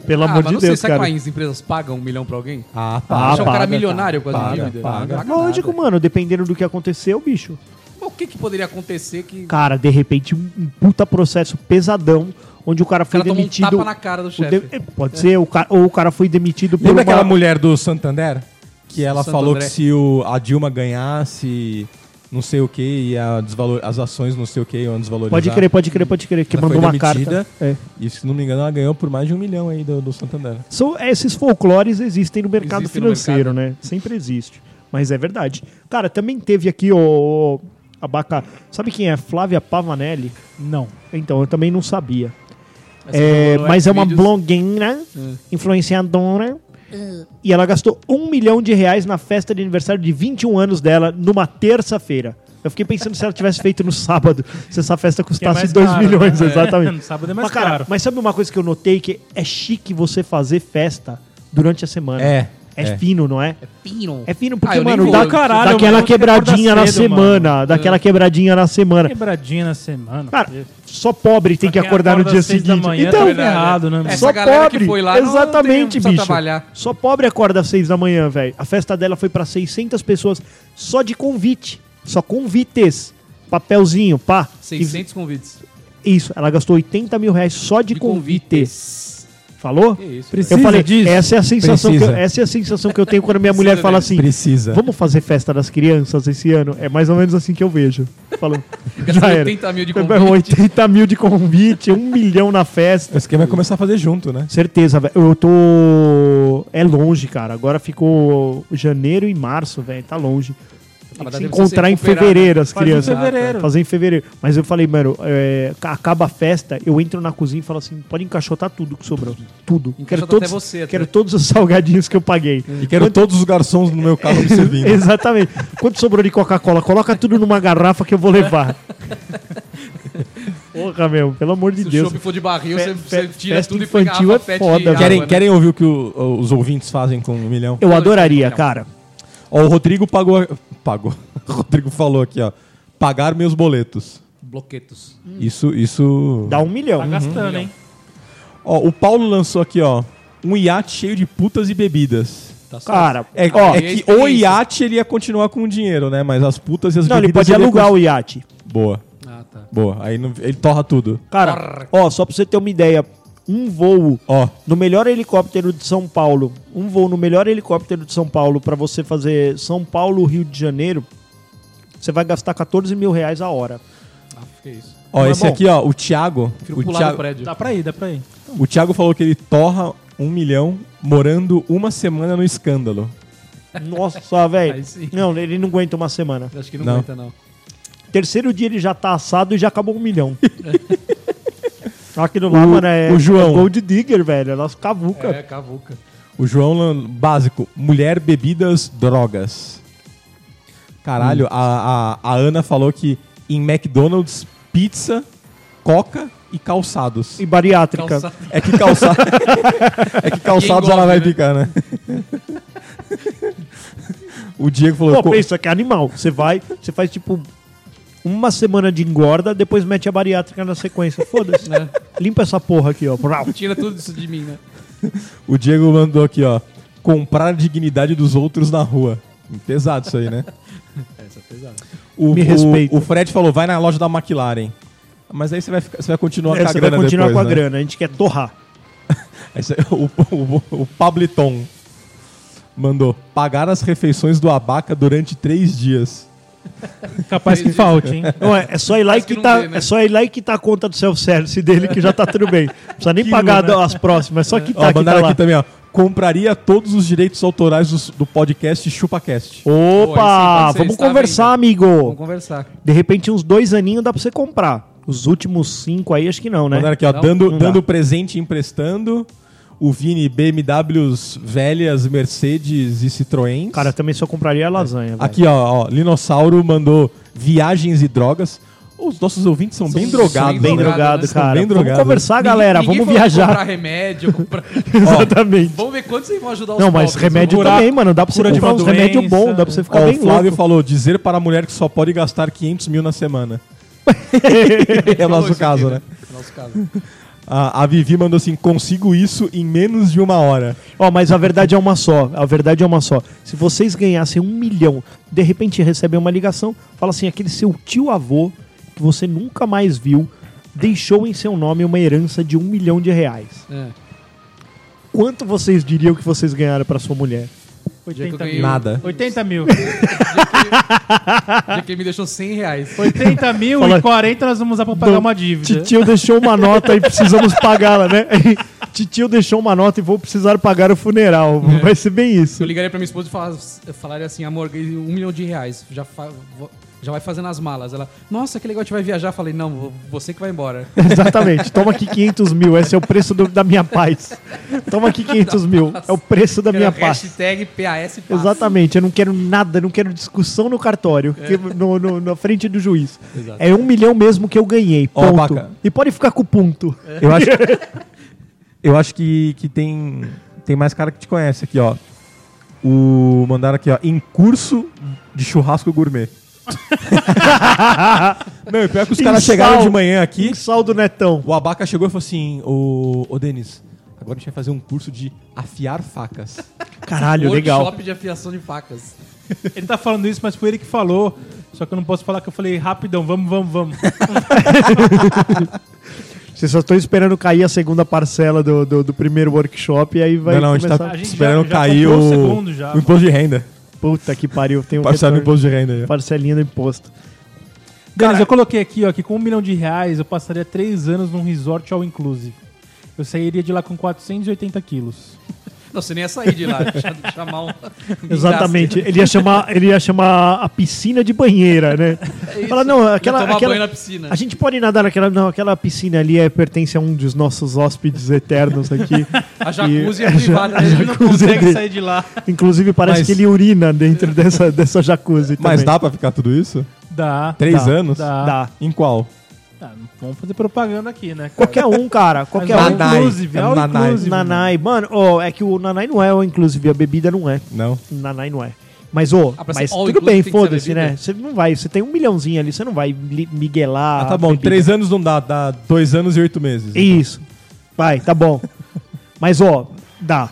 B: Pelo
C: Ah,
B: amor
C: mas
B: de
C: não sei,
B: Deus,
C: será que
B: cara.
C: as empresas pagam um milhão pra alguém?
A: Ah,
B: Ah,
C: Deixa o cara
B: paga,
C: milionário com
A: paga,
C: as dívidas.
A: paga.
C: Não paga
B: Lógico,
C: nada.
B: mano, dependendo do que aconteceu, bicho.
C: Mas O que, que poderia acontecer que
B: Cara, de repente, um um puta processo pesadão, onde o cara
C: o
B: foi
C: cara toma um
B: demitido.
C: tapa na cara do
B: O
C: chefe?
B: de- Pode ser, o cara, ou o cara foi demitido por
A: Lembra
B: uma...
A: aquela mulher do Santander? Que ela
C: Santo
A: falou
C: André.
A: que se o- a Dilma ganhasse não sei o que e a desvalor, as ações não sei o que iam desvalorizar.
B: Pode crer, pode crer, pode crer, que
A: Ela
B: mandou
A: foi
B: uma
A: demitida.
B: carta. É.
A: E se não me engano, ela ganhou por mais de um milhão aí do, do Santander.
B: São, esses folclores existem no mercado
C: Existem no
B: financeiro, né? Sempre existe. Mas é verdade. Cara, também teve aqui o Abaca. Sabe quem é? Flávia Pavanelli?
E: Não.
B: Então, eu também não sabia.
C: Essa
B: É,
C: falou no
B: mas é uma
C: Xvideos.
B: blogueira,
E: É.
B: influenciadora. E ela gastou um milhão de reais na festa de aniversário de 21 anos dela numa terça-feira. Eu fiquei pensando se ela tivesse feito no sábado, se essa festa custasse
E: mais
B: 2
E: caro,
B: milhões,
E: né? É.
B: exatamente.
E: <laughs> No sábado é mais
B: mas, cara,
E: caro.
B: mas sabe uma coisa que eu notei que é chique você fazer festa durante a semana.
A: É,
B: É,
A: é.
B: fino, não é?
C: Pino.
B: É fino porque,
C: Ah, eu nem
B: mano,
C: vou.
B: dá,
E: Caralho,
B: dá
E: mano,
B: aquela
E: eu tenho que acordar
B: quebradinha na
E: cedo,
B: semana, daquela quebradinha na semana.
E: Quebradinha na semana.
B: Cara, só pobre tem
E: Pra
B: que
E: quem
B: acordar no
E: acorda
B: dia
E: às seis
B: seguinte. Então,
E: da manhã, tá verdade, né?
C: Essa
B: Só
C: galera que
B: pobre.
C: foi lá não
B: exatamente,
C: tem- não precisa
B: bicho.
C: trabalhar.
B: Só pobre acorda às seis da manhã, velho. A festa dela foi pra 600 pessoas só de convite. Só convites. Papelzinho, pá.
C: 600 convites.
B: Isso, ela gastou 80 mil reais só de, convite. Falou?
C: Que isso,
E: Precisa
B: Eu falei,
E: disso.
B: essa é a sensação, que eu,
A: Precisa.
B: essa é a sensação que eu tenho quando minha mulher
C: Precisa
B: fala
C: mesmo.
B: assim:
A: Precisa.
B: Vamos fazer festa das crianças esse ano? É mais ou menos assim que eu vejo.
C: <laughs>
B: Falou.
C: Gastou 80 mil
B: <laughs>
C: de convite.
B: 80 mil de convite, um milhão na festa.
A: O esquema é começar a fazer junto, né?
B: Certeza, velho. Eu tô. É longe, cara. Agora ficou janeiro e março, velho. Tá longe. Tem
C: Ah, mas
B: que se
C: dá tempo de você
B: encontrar em
C: recuperar, né? um
B: fevereiro as
E: Faz em
B: crianças. É,
E: fevereiro.
B: Fazer em fevereiro. Mas eu falei, mano, é, ca- acaba a festa, eu entro na cozinha e falo assim: pode encaixotar tudo que sobrou. Tudo. Quero
C: Encaixota
B: todos,
C: até você, tá até.
B: quero todos os salgadinhos que eu paguei.
A: E quero todos os garçons no meu carro me
B: <laughs>
A: servindo.
B: Exatamente. Quanto sobrou de Coca-Cola? Coloca tudo numa garrafa que eu vou
C: <laughs>
B: levar. Porra, meu, pelo amor de
C: Se o
B: Deus.
C: chope for de barril,
B: Fe-
C: você, você
B: fe-
C: tira
B: festa
C: tudo e põe
B: infantil
C: garrafa
B: é
C: pet
B: foda,
C: de
B: velho.
C: água,
A: Querem,
C: né?
A: querem ouvir o que o- os ouvintes fazem com um milhão?
B: Eu adoraria,
C: Não.
B: cara.
A: Ó, o Rodrigo pagou. Pagou. <laughs> O Rodrigo falou aqui, ó. Pagar meus boletos.
C: Bloquetos.
A: Isso, isso.
B: Dá um milhão.
E: Tá gastando, hein?
A: Ó, o Paulo lançou aqui, ó. Um iate cheio de putas e bebidas.
C: Tá certo.
B: Cara,
A: É, é
B: ó,
C: e a
A: que o
C: experiência?
A: iate ele ia continuar com o dinheiro, né? Mas as putas e as
B: não,
A: bebidas.
B: ele pode alugar
A: ia
B: o iate.
A: con- Boa,
C: Ah, tá.
A: boa. Aí não- ele torra tudo.
B: Cara, ó, só pra você ter uma ideia, um voo
A: Ó,
B: no melhor helicóptero de São Paulo, um voo no melhor helicóptero de São Paulo pra você fazer São Paulo, Rio de Janeiro, você vai gastar 14 mil reais a hora.
C: Ah, que isso.
A: ó
B: Não é
A: esse
B: bom?
A: aqui, ó, o Thiago.
C: Prefiro
A: O
C: pular do
A: Thiago,
C: prédio.
E: Dá pra ir, dá pra ir.
A: o Thiago falou que ele torra um milhão morando uma semana no escândalo.
B: Nossa, velho.
C: Aí sim.
B: Não, ele não aguenta uma semana.
C: Acho que não,
A: Não.
C: aguenta, não.
B: Terceiro dia ele já tá assado e já acabou um milhão. Aqui no lá, mano, é,
A: o João.
B: é Gold Digger, velho. É nosso cavuca.
C: É, cavuca.
A: O João lan- básico, mulher, bebidas, drogas. Caralho,
C: Hum.
A: a, a, a Ana falou que em McDonald's, pizza, coca e calçados.
B: E bariátrica.
C: Calça-
A: É que
C: <laughs>
A: calçado. é que calçados
C: Quem
A: ela vai
C: gosta, né?
A: picar, né?
C: <laughs>
A: o Diego falou.
B: Pô,
A: co-
B: pensa que é animal. Você vai, você faz tipo uma semana de engorda, depois mete a bariátrica na sequência. Foda-se.
C: Né?
B: Limpa essa porra aqui, ó. Brau.
C: Tira tudo isso de mim, né?
A: o Diego mandou aqui, ó. Comprar a dignidade dos outros na rua. Pesado isso aí, né?
C: Essa <laughs> é pesada.
A: O,
B: Me
A: o-
B: respeita.
A: O Fred falou: vai na loja da McLaren. Mas aí você vai, ficar- você vai continuar
B: É,
A: com a
B: você vai
A: grana
B: continuar
A: depois,
B: com a
A: né?
B: grana. A gente quer torrar.
A: Aí você- <laughs> o, o, o Pabliton mandou pagar as refeições do Abaca durante três dias.
E: Capaz que falte, <laughs> hein?
B: Não, é, é só ir lá e
C: Parece que não
B: quitar,
C: vê, né?
B: é só ir lá e quitar a conta do self-service dele que já tá tudo bem. Não precisa nem pagar
E: né?
B: as próximas, é só
A: Ó,
B: quitar que tá
A: mandaram
B: lá.
A: aqui também, ó. Compraria todos os direitos autorais dos- do podcast ChupaCast.
C: Pô,
B: Opa,
C: aí sim pode ser
B: vamos
C: extra
B: conversar,
C: Vamos
B: amigo.
C: conversar.
B: De repente, uns dois aninhos dá pra você comprar. Os últimos cinco aí, acho que não, né?
A: Mandaram aqui, ó.
C: Não,
A: dando
B: não dá.
A: dando presente e emprestando. o Vini BMWs velhas, Mercedes e Citroën.
B: Cara, também só compraria a lasanha. velho.
A: Aqui, ó, ó, Linossauro mandou viagens e drogas. Os nossos ouvintes são, bem drogados.
B: Bem
A: né?
C: drogado,
B: drogado,
C: né?
B: cara.
A: Bem drogado.
B: Vamos conversar,
C: Ninguém-
B: galera.
C: ninguém
B: Vamos
C: falou
B: <laughs>
C: comprar
B: viajar.
C: remédio, comprar-
B: Exatamente.
C: Vamos ver quantos vocês vão ajudar os
B: Não, mas
C: pobres,
B: remédio
C: vamos-
E: curar-
B: também, mano. Dá pra você
E: cura de
B: comprar
E: uma
B: uns remédios
E: doença.
B: bom, dá pra você ficar
A: Ó, o
B: bem
A: Flávio
B: louco.
A: falou, dizer para a mulher que só pode gastar 500 mil na semana. é o nosso
C: Isso
A: caso,
C: aqui,
A: né?
C: Nosso caso.
A: A, a Vivi mandou assim, consigo isso em menos de uma hora.
B: Ó, mas a verdade é uma só. A verdade é uma só. Se vocês ganhassem um milhão, de repente recebem uma ligação, fala assim, aquele seu tio avô que você nunca mais viu deixou em seu nome uma herança de um milhão de reais.
C: É.
B: Quanto vocês diriam que vocês ganharam pra sua mulher?
C: dia que eu
E: 80
C: ganhei
E: mil.
A: Nada.
E: 80 mil.
C: O dia que ele me deixou 100 reais.
E: 80 mil
B: Fala-
E: e 40 nós vamos usar pra pagar
B: Não,
E: uma dívida.
B: Titio deixou uma nota e precisamos pagá-la, né? <laughs> Titio deixou uma nota e vou precisar pagar o funeral. Vai ser bem isso.
C: <laughs> Eu ligaria pra minha esposa e falar- falaria assim, amor, ganhei um milhão de reais. Já, fa- vo- já vai fazendo as malas. Ela, nossa, que legal, a gente vai viajar. Eu Falei, não, vo- você que
B: <laughs>
C: vai embora.
B: Exatamente. Toma aqui 500 mil. Esse é o preço do- da minha paz. Toma aqui 500 mil. É o preço da minha
C: Era
B: paz.
C: Hashtag PAS paz.
B: Exatamente. Eu não quero nada. Eu não quero discussão no cartório. que- no- no- na frente do juiz. É um milhão mesmo que eu ganhei.
A: Ó, É.
B: Ponto.
A: Baca.
B: e pode ficar com o ponto.
A: Eu acho, eu acho que, que tem, tem mais cara que te conhece aqui, ó. O, mandaram aqui, ó, em curso de churrasco gourmet.
B: <laughs>
A: Não, e pior que os caras
B: Em
A: chegaram
B: sal.
A: de manhã aqui,
B: Que saldo é netão.
A: o Abaca chegou e falou assim, ô, ô Denis, agora a gente vai fazer um curso de afiar facas.
B: Caralho,
C: Workshop
B: legal.
C: de afiação de facas.
E: Ele tá falando isso, mas foi ele que falou. Só que eu não posso falar que eu falei rapidão, vamos, vamos, <laughs> vamos.
B: Vocês só estão esperando cair a segunda parcela do, do, do primeiro workshop e aí vai
A: não, não, a gente
B: começar...
A: tá
E: A gente já-
A: esperando
E: já
A: cair
E: comprou
A: o,
E: o segundo já,
A: o imposto de renda.
B: Puta que pariu, tem um
A: Parcelar no
B: retorno.
A: imposto de renda. aí, ó.
B: parcelinha do imposto.
E: Denis, eu coloquei aqui, ó, que com um milhão de reais eu passaria três anos num resort all inclusive. Eu sairia de lá com 480 quilos.
C: Não, você nem ia sair de lá. <laughs> ia chamar um...
B: <laughs> Exatamente. Ele ia, chamar, ele ia chamar a piscina de banheira, né? Fala, não, aquela.
C: É Ia tomar
B: aquela
C: banho na piscina.
B: A gente pode nadar naquela. Não, aquela piscina ali é, pertence a um dos nossos hóspedes eternos aqui.
C: A jacuzzi
B: E-
C: é privada. né?
E: Ele não
B: é
E: consegue sair de lá.
B: Inclusive, parece
A: Mas-
B: que ele urina dentro dessa, dessa jacuzzi.
A: Mas
B: também.
A: dá pra ficar tudo isso?
E: Dá.
A: Três
E: dá,
A: anos?
E: Dá.
B: Dá.
A: Em qual?
E: Tá, não vamos fazer propaganda aqui, né? cara?
B: Qualquer um, cara. Qualquer
E: Mas
B: um.
E: Nanai. inclusive, é
A: Nanai.
E: inclusive.
B: Nanai. Mano, ó, é que o Nanai não é, ó, inclusive, a bebida não é.
A: Não.
B: Nanai não é. Mas, ô,
C: Ah, pra ser
B: mas
C: all
B: tudo
C: inclusive
B: bem,
C: tem que ser
B: foda-se,
C: bebida?
B: né? Você não vai, você tem um milhãozinho ali, você não vai li- miguelar.
A: Ah, tá
B: a
A: bom.
B: bebida.
A: Três anos não dá, dá dois anos e oito meses.
B: Isso. Vai, tá bom. <laughs> Mas, ó, dá.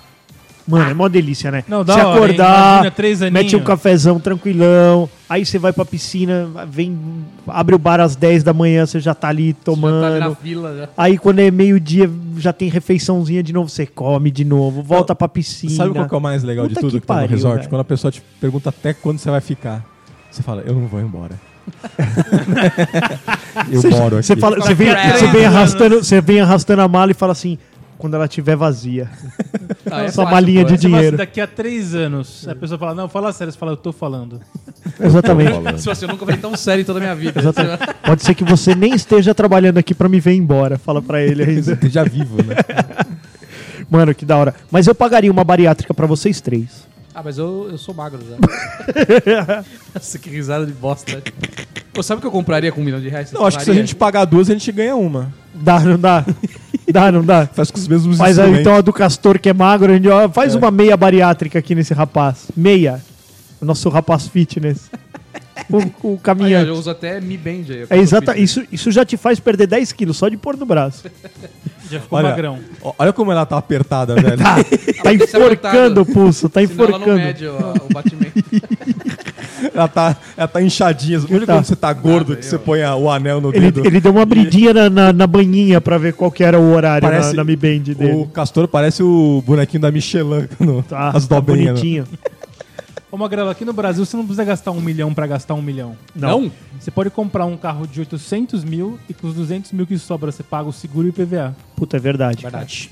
B: Mano, é mó delícia, né?
E: Não, da
B: Se
E: hora, hein?
B: acordar,
E: Imagina, três
B: mete um
E: aninho.
B: cafezão tranquilão, aí você vai pra piscina, vem, abre o bar às 10 da manhã, você já tá ali
C: Já tá ali
B: tomando.
C: na fila. Já.
B: Aí quando é meio-dia, já tem refeiçãozinha de novo, você come de novo, volta pra piscina.
A: Sabe qual que é o mais legal de
B: Puta
A: tudo que,
B: que
A: tá no
B: pariu,
A: resort?
B: velho.
A: Quando a pessoa te pergunta até quando você vai ficar. Você fala, eu não vou
B: <laughs>
A: embora. eu moro aqui.
B: Você, fala, é você, vem,
C: Crazy.
B: você, vem arrastando, você vem arrastando a mala e fala assim, quando ela tiver vazia.
C: Ah, é
B: Só
C: fácil,
B: malinha de
C: pô, é.
E: Você fala assim,
B: dinheiro. É.
E: daqui a três anos. A pessoa fala, não, fala sério. Você fala, eu tô falando.
B: Exatamente.
C: Se fosse, eu nunca falei tão sério em toda a minha vida.
B: Exatamente. Pode ser que você nem esteja trabalhando aqui pra me ver embora. Fala pra ele ainda.
A: Esteja vivo,
B: <laughs>
A: né?
B: Mano, que da hora. Mas eu pagaria uma bariátrica pra vocês três.
C: Ah, mas eu, eu sou magro
B: <laughs>
C: já. Nossa, que risada de bosta. Pô, sabe o que eu compraria com um milhão de reais?
A: Não, acho que se a gente pagar duas, a gente ganha uma.
B: Dá, não dá? Dá, não <laughs> dá?
A: Faz com os mesmos
B: Faz aí,
A: instrumentos.
B: então a do Castor, que é magro, a gente, ó, faz uma meia bariátrica aqui nesse rapaz. Meia. O nosso rapaz fitness. O, o
C: Aí, ó, eu
B: caminhante.
C: uso até Mi Band aí.
B: É exata,
C: isso.
B: isso, isso já te faz perder 10 quilos só de pôr no braço.
E: Já ficou magrão.
A: Olha, ó, olha como ela tá apertada, velho.
B: <laughs> Tá
C: Isso é
B: enforcando
C: contado.
B: o pulso, tá
C: Senão ela não
B: enforcando.
C: mede ó,
B: <laughs>
C: o batimento.
A: ela, tá, ela tá inchadinha. Olha
B: Tá.
A: quando você tá gordo que você põe a- o anel no
B: Ele,
A: dedo.
B: ele deu uma abridinha na, na, na banhinha pra ver qual que era o horário na,
A: Parece-
B: na Mi Band dele.
A: O Castor parece o bonequinho da Michelin. <laughs> No,
B: Tá,
A: as
B: tá
A: dobrinhas. né?
B: bonitinho.
E: Ô, Magrelo, aqui no Brasil você não precisa gastar um milhão pra gastar um milhão.
C: Não?
E: Você pode comprar um carro de 800 mil e com os 200 mil que sobra você paga o seguro e o IPVA.
B: Puta, é verdade. cara.
C: Verdade.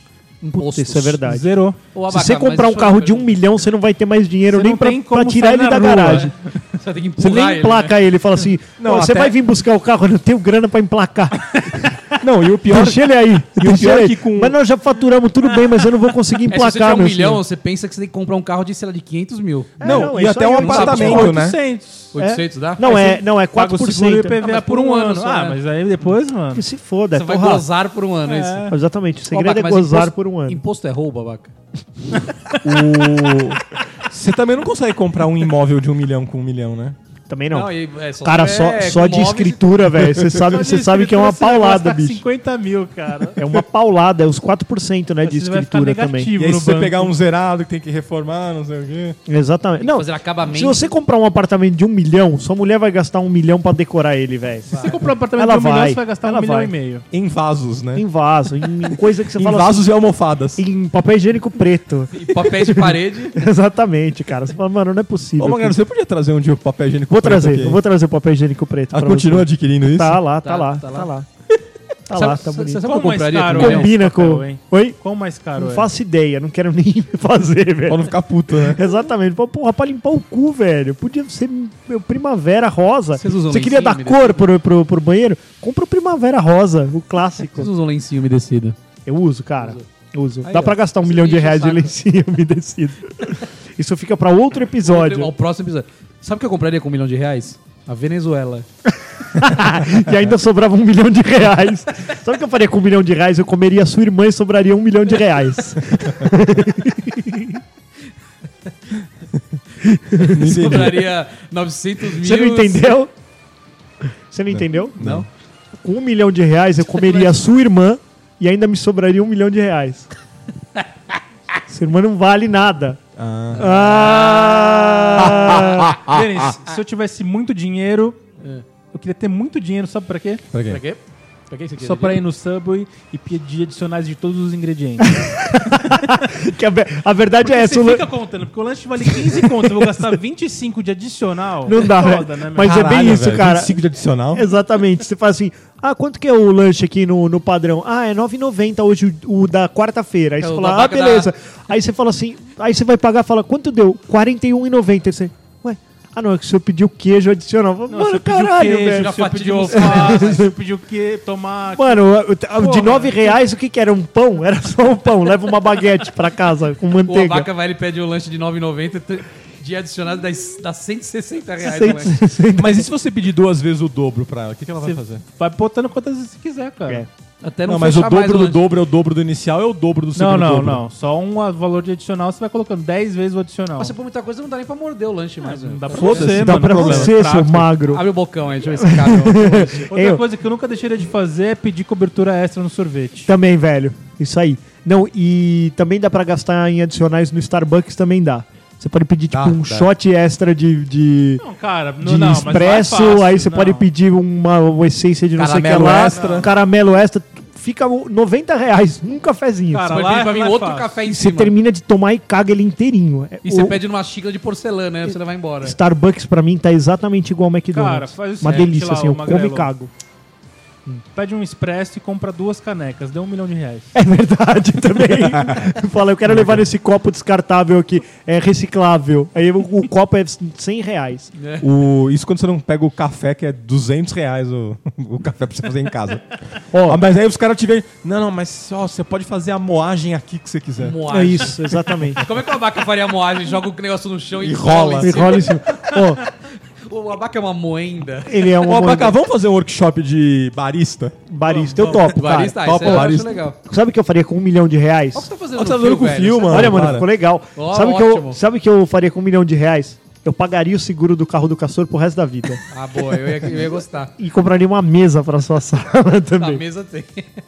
B: Puta, isso é verdade.
E: Zerou.
C: Ô,
B: Se
C: Abaca,
B: você
C: mas é
B: comprar um
C: deixa eu
B: carro
C: te
B: de um
C: perguntar.
B: milhão, você não vai ter mais dinheiro
E: Você
B: nem
E: não
B: pra,
E: tem como
B: pra tirar
E: sair
B: ele
E: na
B: da
E: rua,
B: garagem.
C: Você tem
B: Você
C: que empurrar
B: nem
C: ele, né?
B: emplaca ele, fala assim:
A: <laughs> Não,
B: "Ó, você
A: até-
B: vai vir buscar o carro, eu não tenho grana pra emplacar.
A: <laughs> Não, e o pior.
B: Deixa ele aí.
A: <laughs> E o
B: deixa
A: pior
B: ele
A: é
B: aí.
A: que com.
B: Mas nós já faturamos tudo bem, mas eu não vou conseguir
C: <laughs> É, se você
B: emplacar,
C: tiver um
B: meu
C: milhão,
B: senhor.
C: você pensa que você tem que comprar um carro de, sei lá, de 500 mil.
A: Não,
B: assim. É, não,
A: e
B: isso
A: até
B: aí
A: um
B: é um
A: apartamento, né?
E: 800.
C: 800 dá?
B: Não, é, não, é
E: Paga o seguro e o
B: 4%.
E: IPVA
C: mas
E: por um ano.
C: só,
E: Ah,
C: né?
E: mas aí depois, mano...
B: Que se foda, é
C: Você vai
B: porra.
C: gozar por um ano, é isso.
E: É.
B: Exatamente, o
C: Ô,
B: segredo
C: Baca,
B: é
C: mas
B: gozar
C: imposto-
B: por um ano.
C: Imposto é roubo, Abaca.
A: O- Você também não consegue comprar um imóvel de um milhão com um milhão, né?
B: Também não.
C: e- é, só
B: Cara,
C: se
B: só,
C: tiver
B: só de
C: imóveis-
B: escritura, velho. Você sabe, você sabe que é uma
E: Você vai gastar
B: paulada, bicho.
E: 50 mil, cara.
B: É uma paulada, é uns 4% né, de
E: Você vai ficar
B: escritura também.
E: negativo
A: E aí,
E: no
A: se você
E: banco.
A: pegar um zerado que tem que reformar, não sei o quê.
B: Exatamente. Não,
C: Fazer acabamento.
B: se você comprar um apartamento de um milhão, sua mulher vai gastar um milhão pra decorar ele, velho.
E: Se você comprar um apartamento
B: Ela
E: de um milhão,
B: vai.
E: você vai gastar
B: Ela
E: um milhão
B: vai.
E: e meio.
A: Em vasos, né?
B: Em vaso, em, em coisa que você
A: Em
B: fala
A: vasos e almofadas.
B: assim, em papel higiênico preto.
C: E
B: <laughs>
C: papéis de parede.
B: Exatamente, cara. Você fala, mano, não é possível.
A: Ô, Magaro,
B: que-
A: você podia trazer um dia o papel higiênico
B: Vou
A: preto
B: trazer,
A: aqui?
B: eu vou trazer o papel higiênico preto
A: Ela
B: pra
A: continua
B: você.
A: adquirindo isso?
B: Tá lá, tá,
C: Tá,
B: lá,
C: tá
B: tá
C: lá.
B: lá. Tá lá, tá
C: Sabe-
B: bonito.
C: Sabe o que eu
E: Qual mais
C: compraria
E: caro,
C: com um
E: né?
C: milhão?
B: Combina com...
E: papel, hein?
B: Oi?
E: Qual mais caro
B: Não
E: é?
B: faço ideia, não quero <laughs> nem fazer,
A: Pra
B: velho.
A: não ficar puto, né?
B: Exatamente. Pô, porra, pra limpar o cu, velho. Podia ser meu primavera rosa.
C: Vocês usam
B: Você queria dar
C: lencinho
B: cor pro, pro, pro banheiro? Compra o primavera rosa, o
C: Vocês
B: clássico.
C: usam lencinho umedecido.
B: Eu uso, cara. Eu Uso.
C: Aí,
B: Dá
C: ó.
B: pra gastar um
C: Você
B: milhão de
C: enche o
B: reais de
C: saco.
B: lencinho
C: <laughs>
B: umedecido. Isso fica pra outro
C: Ao
B: episódio.
C: próximo episódio. Sabe o que eu compraria com um milhão de reais? A Venezuela.
B: <laughs> e ainda sobrava um milhão de reais. Sabe o que eu faria com um milhão de reais? Eu comeria a sua irmã e sobraria um milhão de reais.
A: Não entendi.
C: Compraria 900 mil.
B: Você não entendeu? Você não entendeu?
C: Não.
B: com um milhão de reais, eu comeria a sua irmã e ainda me sobraria um milhão de reais. sua irmã não vale nada.
A: Ah.
B: Ah!
E: Denis, se eu tivesse muito dinheiro, eu queria ter muito dinheiro, sabe pra quê?
A: Pra quê?
C: Pra quê? Pra quê que você quer
E: Só pra
C: dizer?
E: ir no Subway e pedir adicionais de todos os <laughs> ingredientes.
B: Que a, ve- a verdade é essa.
E: você
B: o lan-
E: fica contando, porque o lanche vale 15 conto, eu vou gastar 25 de adicional.
B: Não dá,
E: Foda,
B: velho.
E: né, meu?
B: Mas é bem isso,
A: velho,
B: cara.
A: 25 de adicional.
B: Exatamente. Você fala assim: ah, quanto que é o lanche aqui no, no padrão? Ah, é 9,90 hoje o, o da quarta-feira. Aí
C: É
B: você
C: o
B: fala,
C: da
B: ah,
C: vaca da-
B: beleza. Aí você fala assim: aí você vai pagar fala, quanto deu? 41,90. Aí você, ué, ah, não, é que o senhor pediu queijo adicional. Eu falo,
E: Não, se
B: Mano,
E: eu pedir o
B: caralho,
E: queijo,
B: velho.
E: Se eu
C: Fatia
E: pedir
C: de
E: <laughs> alface, se eu pedir o quê? Tomate.
B: Mano, o- o- de
E: Porra.
B: 9 reais o que que era? Um pão? Era só um pão. Leva uma baguete pra casa com
C: O
B: manteiga.
C: Abaca vai, ele pede um lanche de 9,90 tr- de adicionado dá, dá 160 reais.
B: Cento-
C: moleque.
A: Mas e se você pedir duas vezes o dobro pra ela? O que, que ela vai fazer?
E: Vai botando quantas vezes você quiser, cara.
B: É.
C: Até
A: Não,
C: não,
A: mas o
C: fechar mais
A: dobro do
C: lanche.
A: dobro é o dobro do inicial, é o dobro do
E: Não,
A: segundo
E: não,
A: dobro.
E: não. Só um a- valor de adicional, você vai colocando 10 vezes o adicional.
C: Mas você põe muita coisa, não dá nem pra morder o lanche mais.
E: Não
C: velho.
E: dá é pra
A: Foda-se,
E: você,
B: Dá
E: mano,
B: pra
E: problema.
B: você, seu
E: Prático.
B: magro.
C: Abre o bocão aí, deixa eu ver esse cara.
E: Outra
B: Eu-
E: coisa que eu nunca deixaria de fazer é pedir cobertura extra no sorvete.
B: Também, velho. Isso aí. Não, e também dá pra gastar em adicionais no Starbucks, também dá. Você pode pedir, tipo,
A: Dá,
B: um
A: dá.
B: shot extra de, de,
E: Não, cara, não,
B: de
E: não, mas
B: expresso.
E: não é fácil,
B: aí você
E: não.
B: pode pedir uma, uma essência de não sei o que
A: Caramelo
B: lá.
A: extra.
B: Caramelo extra. Fica 90 reais, um cafezinho.
E: Cara,
C: Você
E: lá
C: pode pedir pra
E: é
C: mim
E: mais
C: outro
E: fácil.
C: café em
B: E você
C: cima.
B: termina de tomar e caga ele inteirinho.
C: E você
B: O-
C: pede numa xícara de porcelana, aí você vai embora.
B: Starbucks pra mim tá exatamente igual ao McDonald's.
E: É. Cara, faz o
B: Uma
E: seguinte
B: delícia,
E: lá,
B: assim,
E: ô,
B: eu como
E: Magrelo.
B: e cago.
E: Pede um expresso e compra duas canecas, deu um milhão de reais.
B: É verdade <laughs> também. Fala, eu quero levar nesse copo descartável aqui, é reciclável. Aí o, o copo é 100 reais.
A: O- isso quando você não pega o café, que é 200 reais o, <laughs> o café pra você fazer em <laughs> casa.
B: Ó,
A: Ah, mas aí os caras te veem. Não, não, mas ó, você pode fazer a moagem aqui que você quiser.
C: Moagem.
B: é isso, exatamente.
C: <laughs> Como é que o abaca faria a moagem? Joga o negócio no chão e,
A: E rola.
C: em
B: Me
C: cima?
B: rola em cima. Ó,
C: O abaca é uma moenda.
B: ele é um
A: Ó, Baca, vamos fazer um workshop de barista?
B: barista, eu topo, cara.
C: Barista, ah,
A: topa
C: isso
E: é
C: eu acho
A: barista.
C: legal. Olha
B: Sabe o que eu faria com um milhão de reais?
C: o que você tá fazendo
A: Ó,
C: no
A: tá fazendo com
C: velho.
A: fio, mano.
B: Olha, mano,
A: para.
B: ficou legal.
C: Ó,
B: sabe o que eu,
C: ótimo.
B: sabe o que eu faria com um milhão de reais? Eu pagaria o seguro do carro do Castor pro resto da vida.
C: Ah, boa, eu ia, eu
B: <laughs>
C: ia gostar.
B: E compraria uma mesa pra sua <laughs>
E: Tá,
B: sala
C: A
B: também.
C: mesa tem.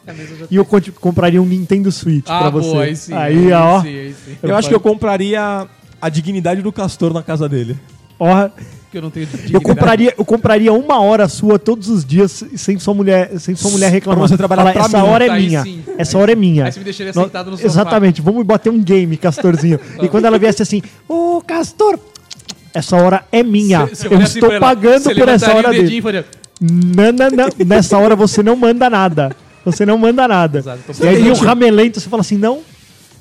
C: A mesa já
B: E eu conti- compraria um Nintendo Switch pra
C: Ah,
B: você.
C: boa, aí sim.
B: Aí, ó.
C: sim, aí sim.
A: Eu, acho que eu compraria a dignidade do castor na casa dele.
B: ó
C: Porque eu não tenho
B: eu
C: dignidade.
B: compraria, eu compraria uma hora sua todos os dias sem sua mulher, sem sua mulher reclamar.
A: Pra você trabalhar pra
B: essa
A: mim."
B: hora é
C: Aí
B: minha.
C: sim.
B: Essa
C: Aí
B: hora é
C: sim.
B: minha.
C: Aí você me deixaria
B: Nó-
C: sentado no sofá.
B: Exatamente. Vamos bater um game,
C: <laughs>
B: Castorzinho. e quando ela viesse assim, ô Castor, essa hora é minha.
C: Se- se
B: eu
C: olhasse
B: estou
C: pra ela,
B: pagando
C: você
B: por essa
C: levantaria
B: hora
C: o dedinho
B: dele.
C: e faria,
B: Não, não, não. Nessa hora você não manda nada. Você não manda nada.
C: Exato, tô
B: e aí
C: pagando.
B: o ramelento, você fala assim, não,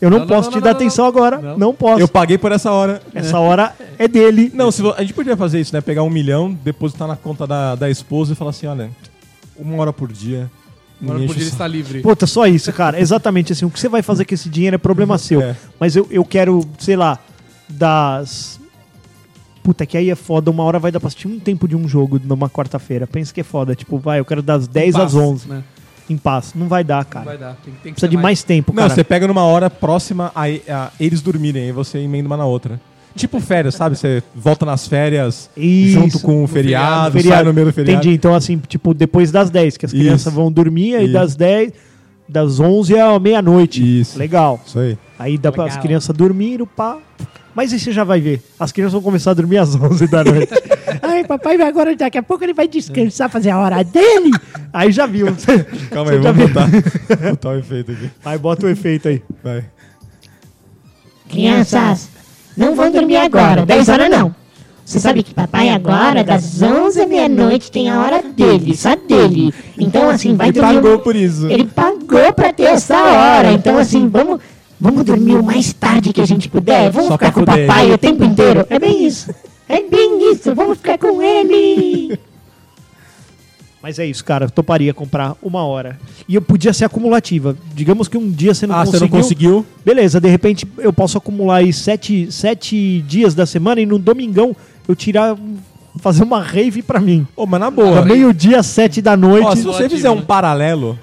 B: eu não,
C: Não, não,
B: posso
C: não,
B: te
C: não,
B: dar
C: não,
B: atenção
C: não.
B: agora. Não,
C: Não.
B: posso.
A: Eu paguei por essa hora.
B: Essa hora é dele.
A: Não, se vo- a gente podia fazer isso, né? Pegar um milhão, depositar na conta da, da esposa e falar assim, olha, uma hora por dia,
C: Agora
A: Ninguém
C: podia
A: enche o
C: estar livre.
B: Puta, só isso, cara. Exatamente assim. O que você vai fazer com esse dinheiro é problema seu.
A: É.
B: Mas eu, eu quero, sei lá, das. Puta, que aí é foda. Uma hora vai dar pra assistir um tempo de um jogo numa quarta-feira. Pensa que é foda. Tipo, vai, eu quero das 10 às
C: Passa,
B: 11
C: Né?
B: em paz. Não vai dar,
C: Não
B: cara.
C: vai dar. Tem, tem que
B: Precisa
C: ser
B: de mais, tempo,
A: Não,
B: cara.
A: você é pega numa hora próxima a, e- a eles dormirem, aí você emenda uma na outra. Tipo férias, sabe? Você volta nas férias
B: Isso.
A: junto com o
C: feriado,
A: feriado, sai no meio do feriado.
B: Entendi. Então, assim, tipo, depois das 10, que as
A: Isso.
B: crianças vão dormir, aí
A: Isso.
B: das 10, das 11 à meia-noite.
A: Isso.
B: Legal.
A: Isso
B: <laughs>
A: aí.
B: Aí dá para as
E: Legal.
B: crianças dormirem, pá. Mas aí você já vai ver. As crianças vão começar a dormir às <laughs> 11 da noite. Ai, papai, vai agora daqui a pouco ele vai descansar, fazer a hora dele. Aí já <laughs> viu.
A: Calma
B: Você
A: aí,
B: já
A: vamos
B: viu?
A: botar,
B: <laughs>
A: botar o efeito aqui.
B: Aí bota o efeito aí.
A: Vai.
F: Crianças, não vão dormir agora, 10 horas não. Você sabe que papai agora, das 11 à meia-noite, tem a hora dele, só dele. Então, assim, vai
A: Ele
F: dormir...
A: pagou por isso.
F: Ele pagou pra ter essa hora. Então, assim, vamos, vamos dormir o mais tarde que a gente puder. Vamos
A: Só
F: ficar
A: pra
F: com o
A: fuder
F: papai o tempo inteiro. É bem isso. É bem isso. Vamos ficar com ele.
B: Mas é isso, cara. Eu toparia comprar uma hora. E eu podia ser acumulativa. Digamos que um dia você não
A: Ah, você
B: conseguiu.
A: não conseguiu?
B: Beleza, de repente eu posso acumular aí sete, sete dias da semana e no domingão eu tirar. um- fazer uma rave pra mim.
A: Ô, mas na
B: Pra
A: boa.
B: meio-dia, sete da noite.
A: Ó, se você
C: Ótimo.
A: fizer um paralelo,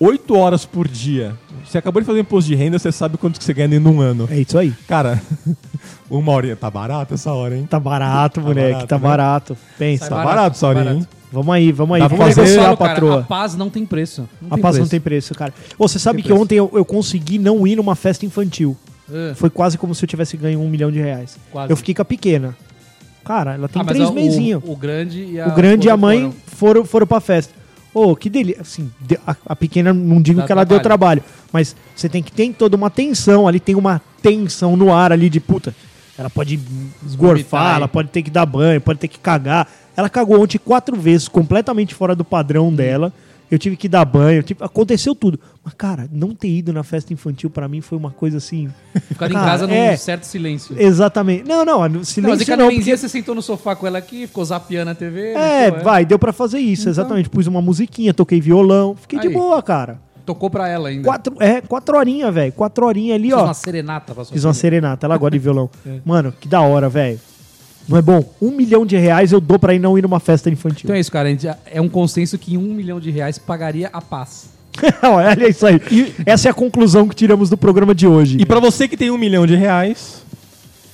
A: 8 horas por dia, você acabou de fazer imposto de renda, você sabe quanto que você ganha em um ano.
B: É isso aí.
A: Cara, <laughs> uma horinha. Tá barata essa hora, hein?
B: Tá barato, moleque,
A: barato,
B: tá
A: né?
B: barato. Pensa.
C: Sai
A: Tá
C: barato,
A: barato essa horinha,
C: barato.
A: hein?
B: Vamos aí, vamos aí.
A: Dá pra
B: vamos
A: fazer,
B: negociar
C: Negociar,
B: a
C: cara,
B: patroa.
C: a paz não tem preço.
B: A paz não tem preço, cara. Ô, você sabe
C: tem
B: que
C: preço.
B: ontem eu, eu consegui não ir numa festa infantil.
C: Ah.
B: Foi quase como se eu tivesse ganho um milhão de reais.
C: Quase.
B: Eu fiquei com a pequena. Cara, ela tem
C: Ah, mas
B: três
C: a- o-
B: mesinhos.
C: O grande e a,
B: O, grande e a mãe
C: Ah, foram.
B: foram, foram pra festa. Ô, que delícia. Assim, de- a, a pequena, não digo
C: Dá
B: que ela deu trabalho, mas você tem que ter toda uma tensão ali, tem uma tensão no ar ali de puta. Ela pode esgorfar,
C: Vomitar,
B: ela
C: hein?
B: pode ter que dar banho, pode ter que cagar. Ela cagou ontem quatro vezes, completamente fora do padrão dela. Eu tive que dar banho, tipo, aconteceu tudo. Mas, cara, não ter ido na festa infantil pra mim foi uma coisa assim.
C: Ficaram em
B: Cara,
C: casa num
B: é.
C: certo silêncio.
B: Exatamente. Não, não,
C: Não, mas é que
B: silêncio
C: a
B: não,
C: nenenzinha, você sentou no sofá com ela aqui, ficou zapeando a TV. né?
B: É,
A: Então,
C: Pô,
B: vai, deu pra fazer isso, exatamente. Pus uma musiquinha, toquei violão, fiquei de
C: Aí.
B: boa, cara.
C: Tocou pra ela ainda.
B: Quatro, é, quatro horinhas, velho. Quatro horinhas ali,
C: Fiz
B: ó.
C: uma serenata pra sua
B: Fiz uma
C: filha.
B: serenata, ela gosta
A: <laughs>
B: de violão.
A: É.
B: Mano, que da hora, velho. Não é bom? Um milhão de reais eu dou pra ir não ir numa festa infantil.
C: Então é isso, cara. a gente- É um consenso que um milhão de reais pagaria a paz.
A: Então
B: <laughs> Olha isso aí. Essa é a conclusão que tiramos do programa de hoje.
A: E pra você que tem um milhão de reais,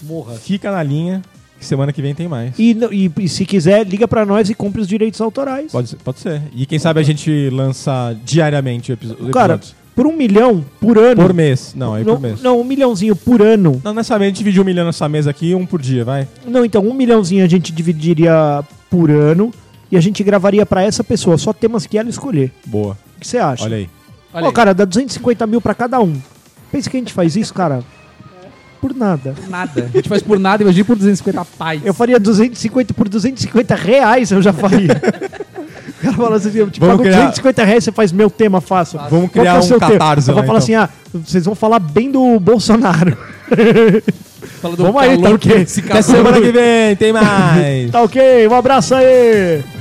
C: Morra.
A: fica na linha, que semana que vem tem mais.
B: E, não- e- e se quiser, liga pra nós e compre os direitos autorais.
A: Pode, ser- pode ser. E quem sabe a gente lança diariamente o episo- os
B: Cara,
A: episódios.
B: por um milhão por ano.
A: Por mês. Não, aí por
B: não,
A: mês.
B: não, um milhãozinho por ano.
A: Não, nessa mesa, a gente dividiu um milhão nessa mesa aqui, um por dia, vai.
B: Não, então, um milhãozinho a gente dividiria por ano e a gente gravaria pra essa pessoa, só temas que ela escolher.
A: Boa.
B: O que você acha?
A: Olha aí.
C: Olha
B: Ó,
C: aí.
B: cara, dá 250 mil pra cada um. Pensa que a gente faz isso, cara? Por nada.
C: Nada. A gente faz por nada, imagina por 250 pais.
B: Eu faria 250 por 250 reais, eu
A: <laughs>
B: já faria. O cara fala assim, eu te
A: Vamos
B: pago
A: criar-
B: 250 reais, você faz meu tema, faço.
A: Vamos
B: Qual que
A: criar
B: é o
A: um
B: seu tema?
A: catarse
B: Eu vou
A: lá,
B: falar
A: então.
B: assim, ah, vocês vão falar bem do Bolsonaro. <laughs>
C: Fala do
B: Vamos aí, tá
C: calor
B: ok?
C: que se
A: Até
B: <laughs>
C: casou.
A: semana que vem, tem mais.
B: tá ok, um abraço aí.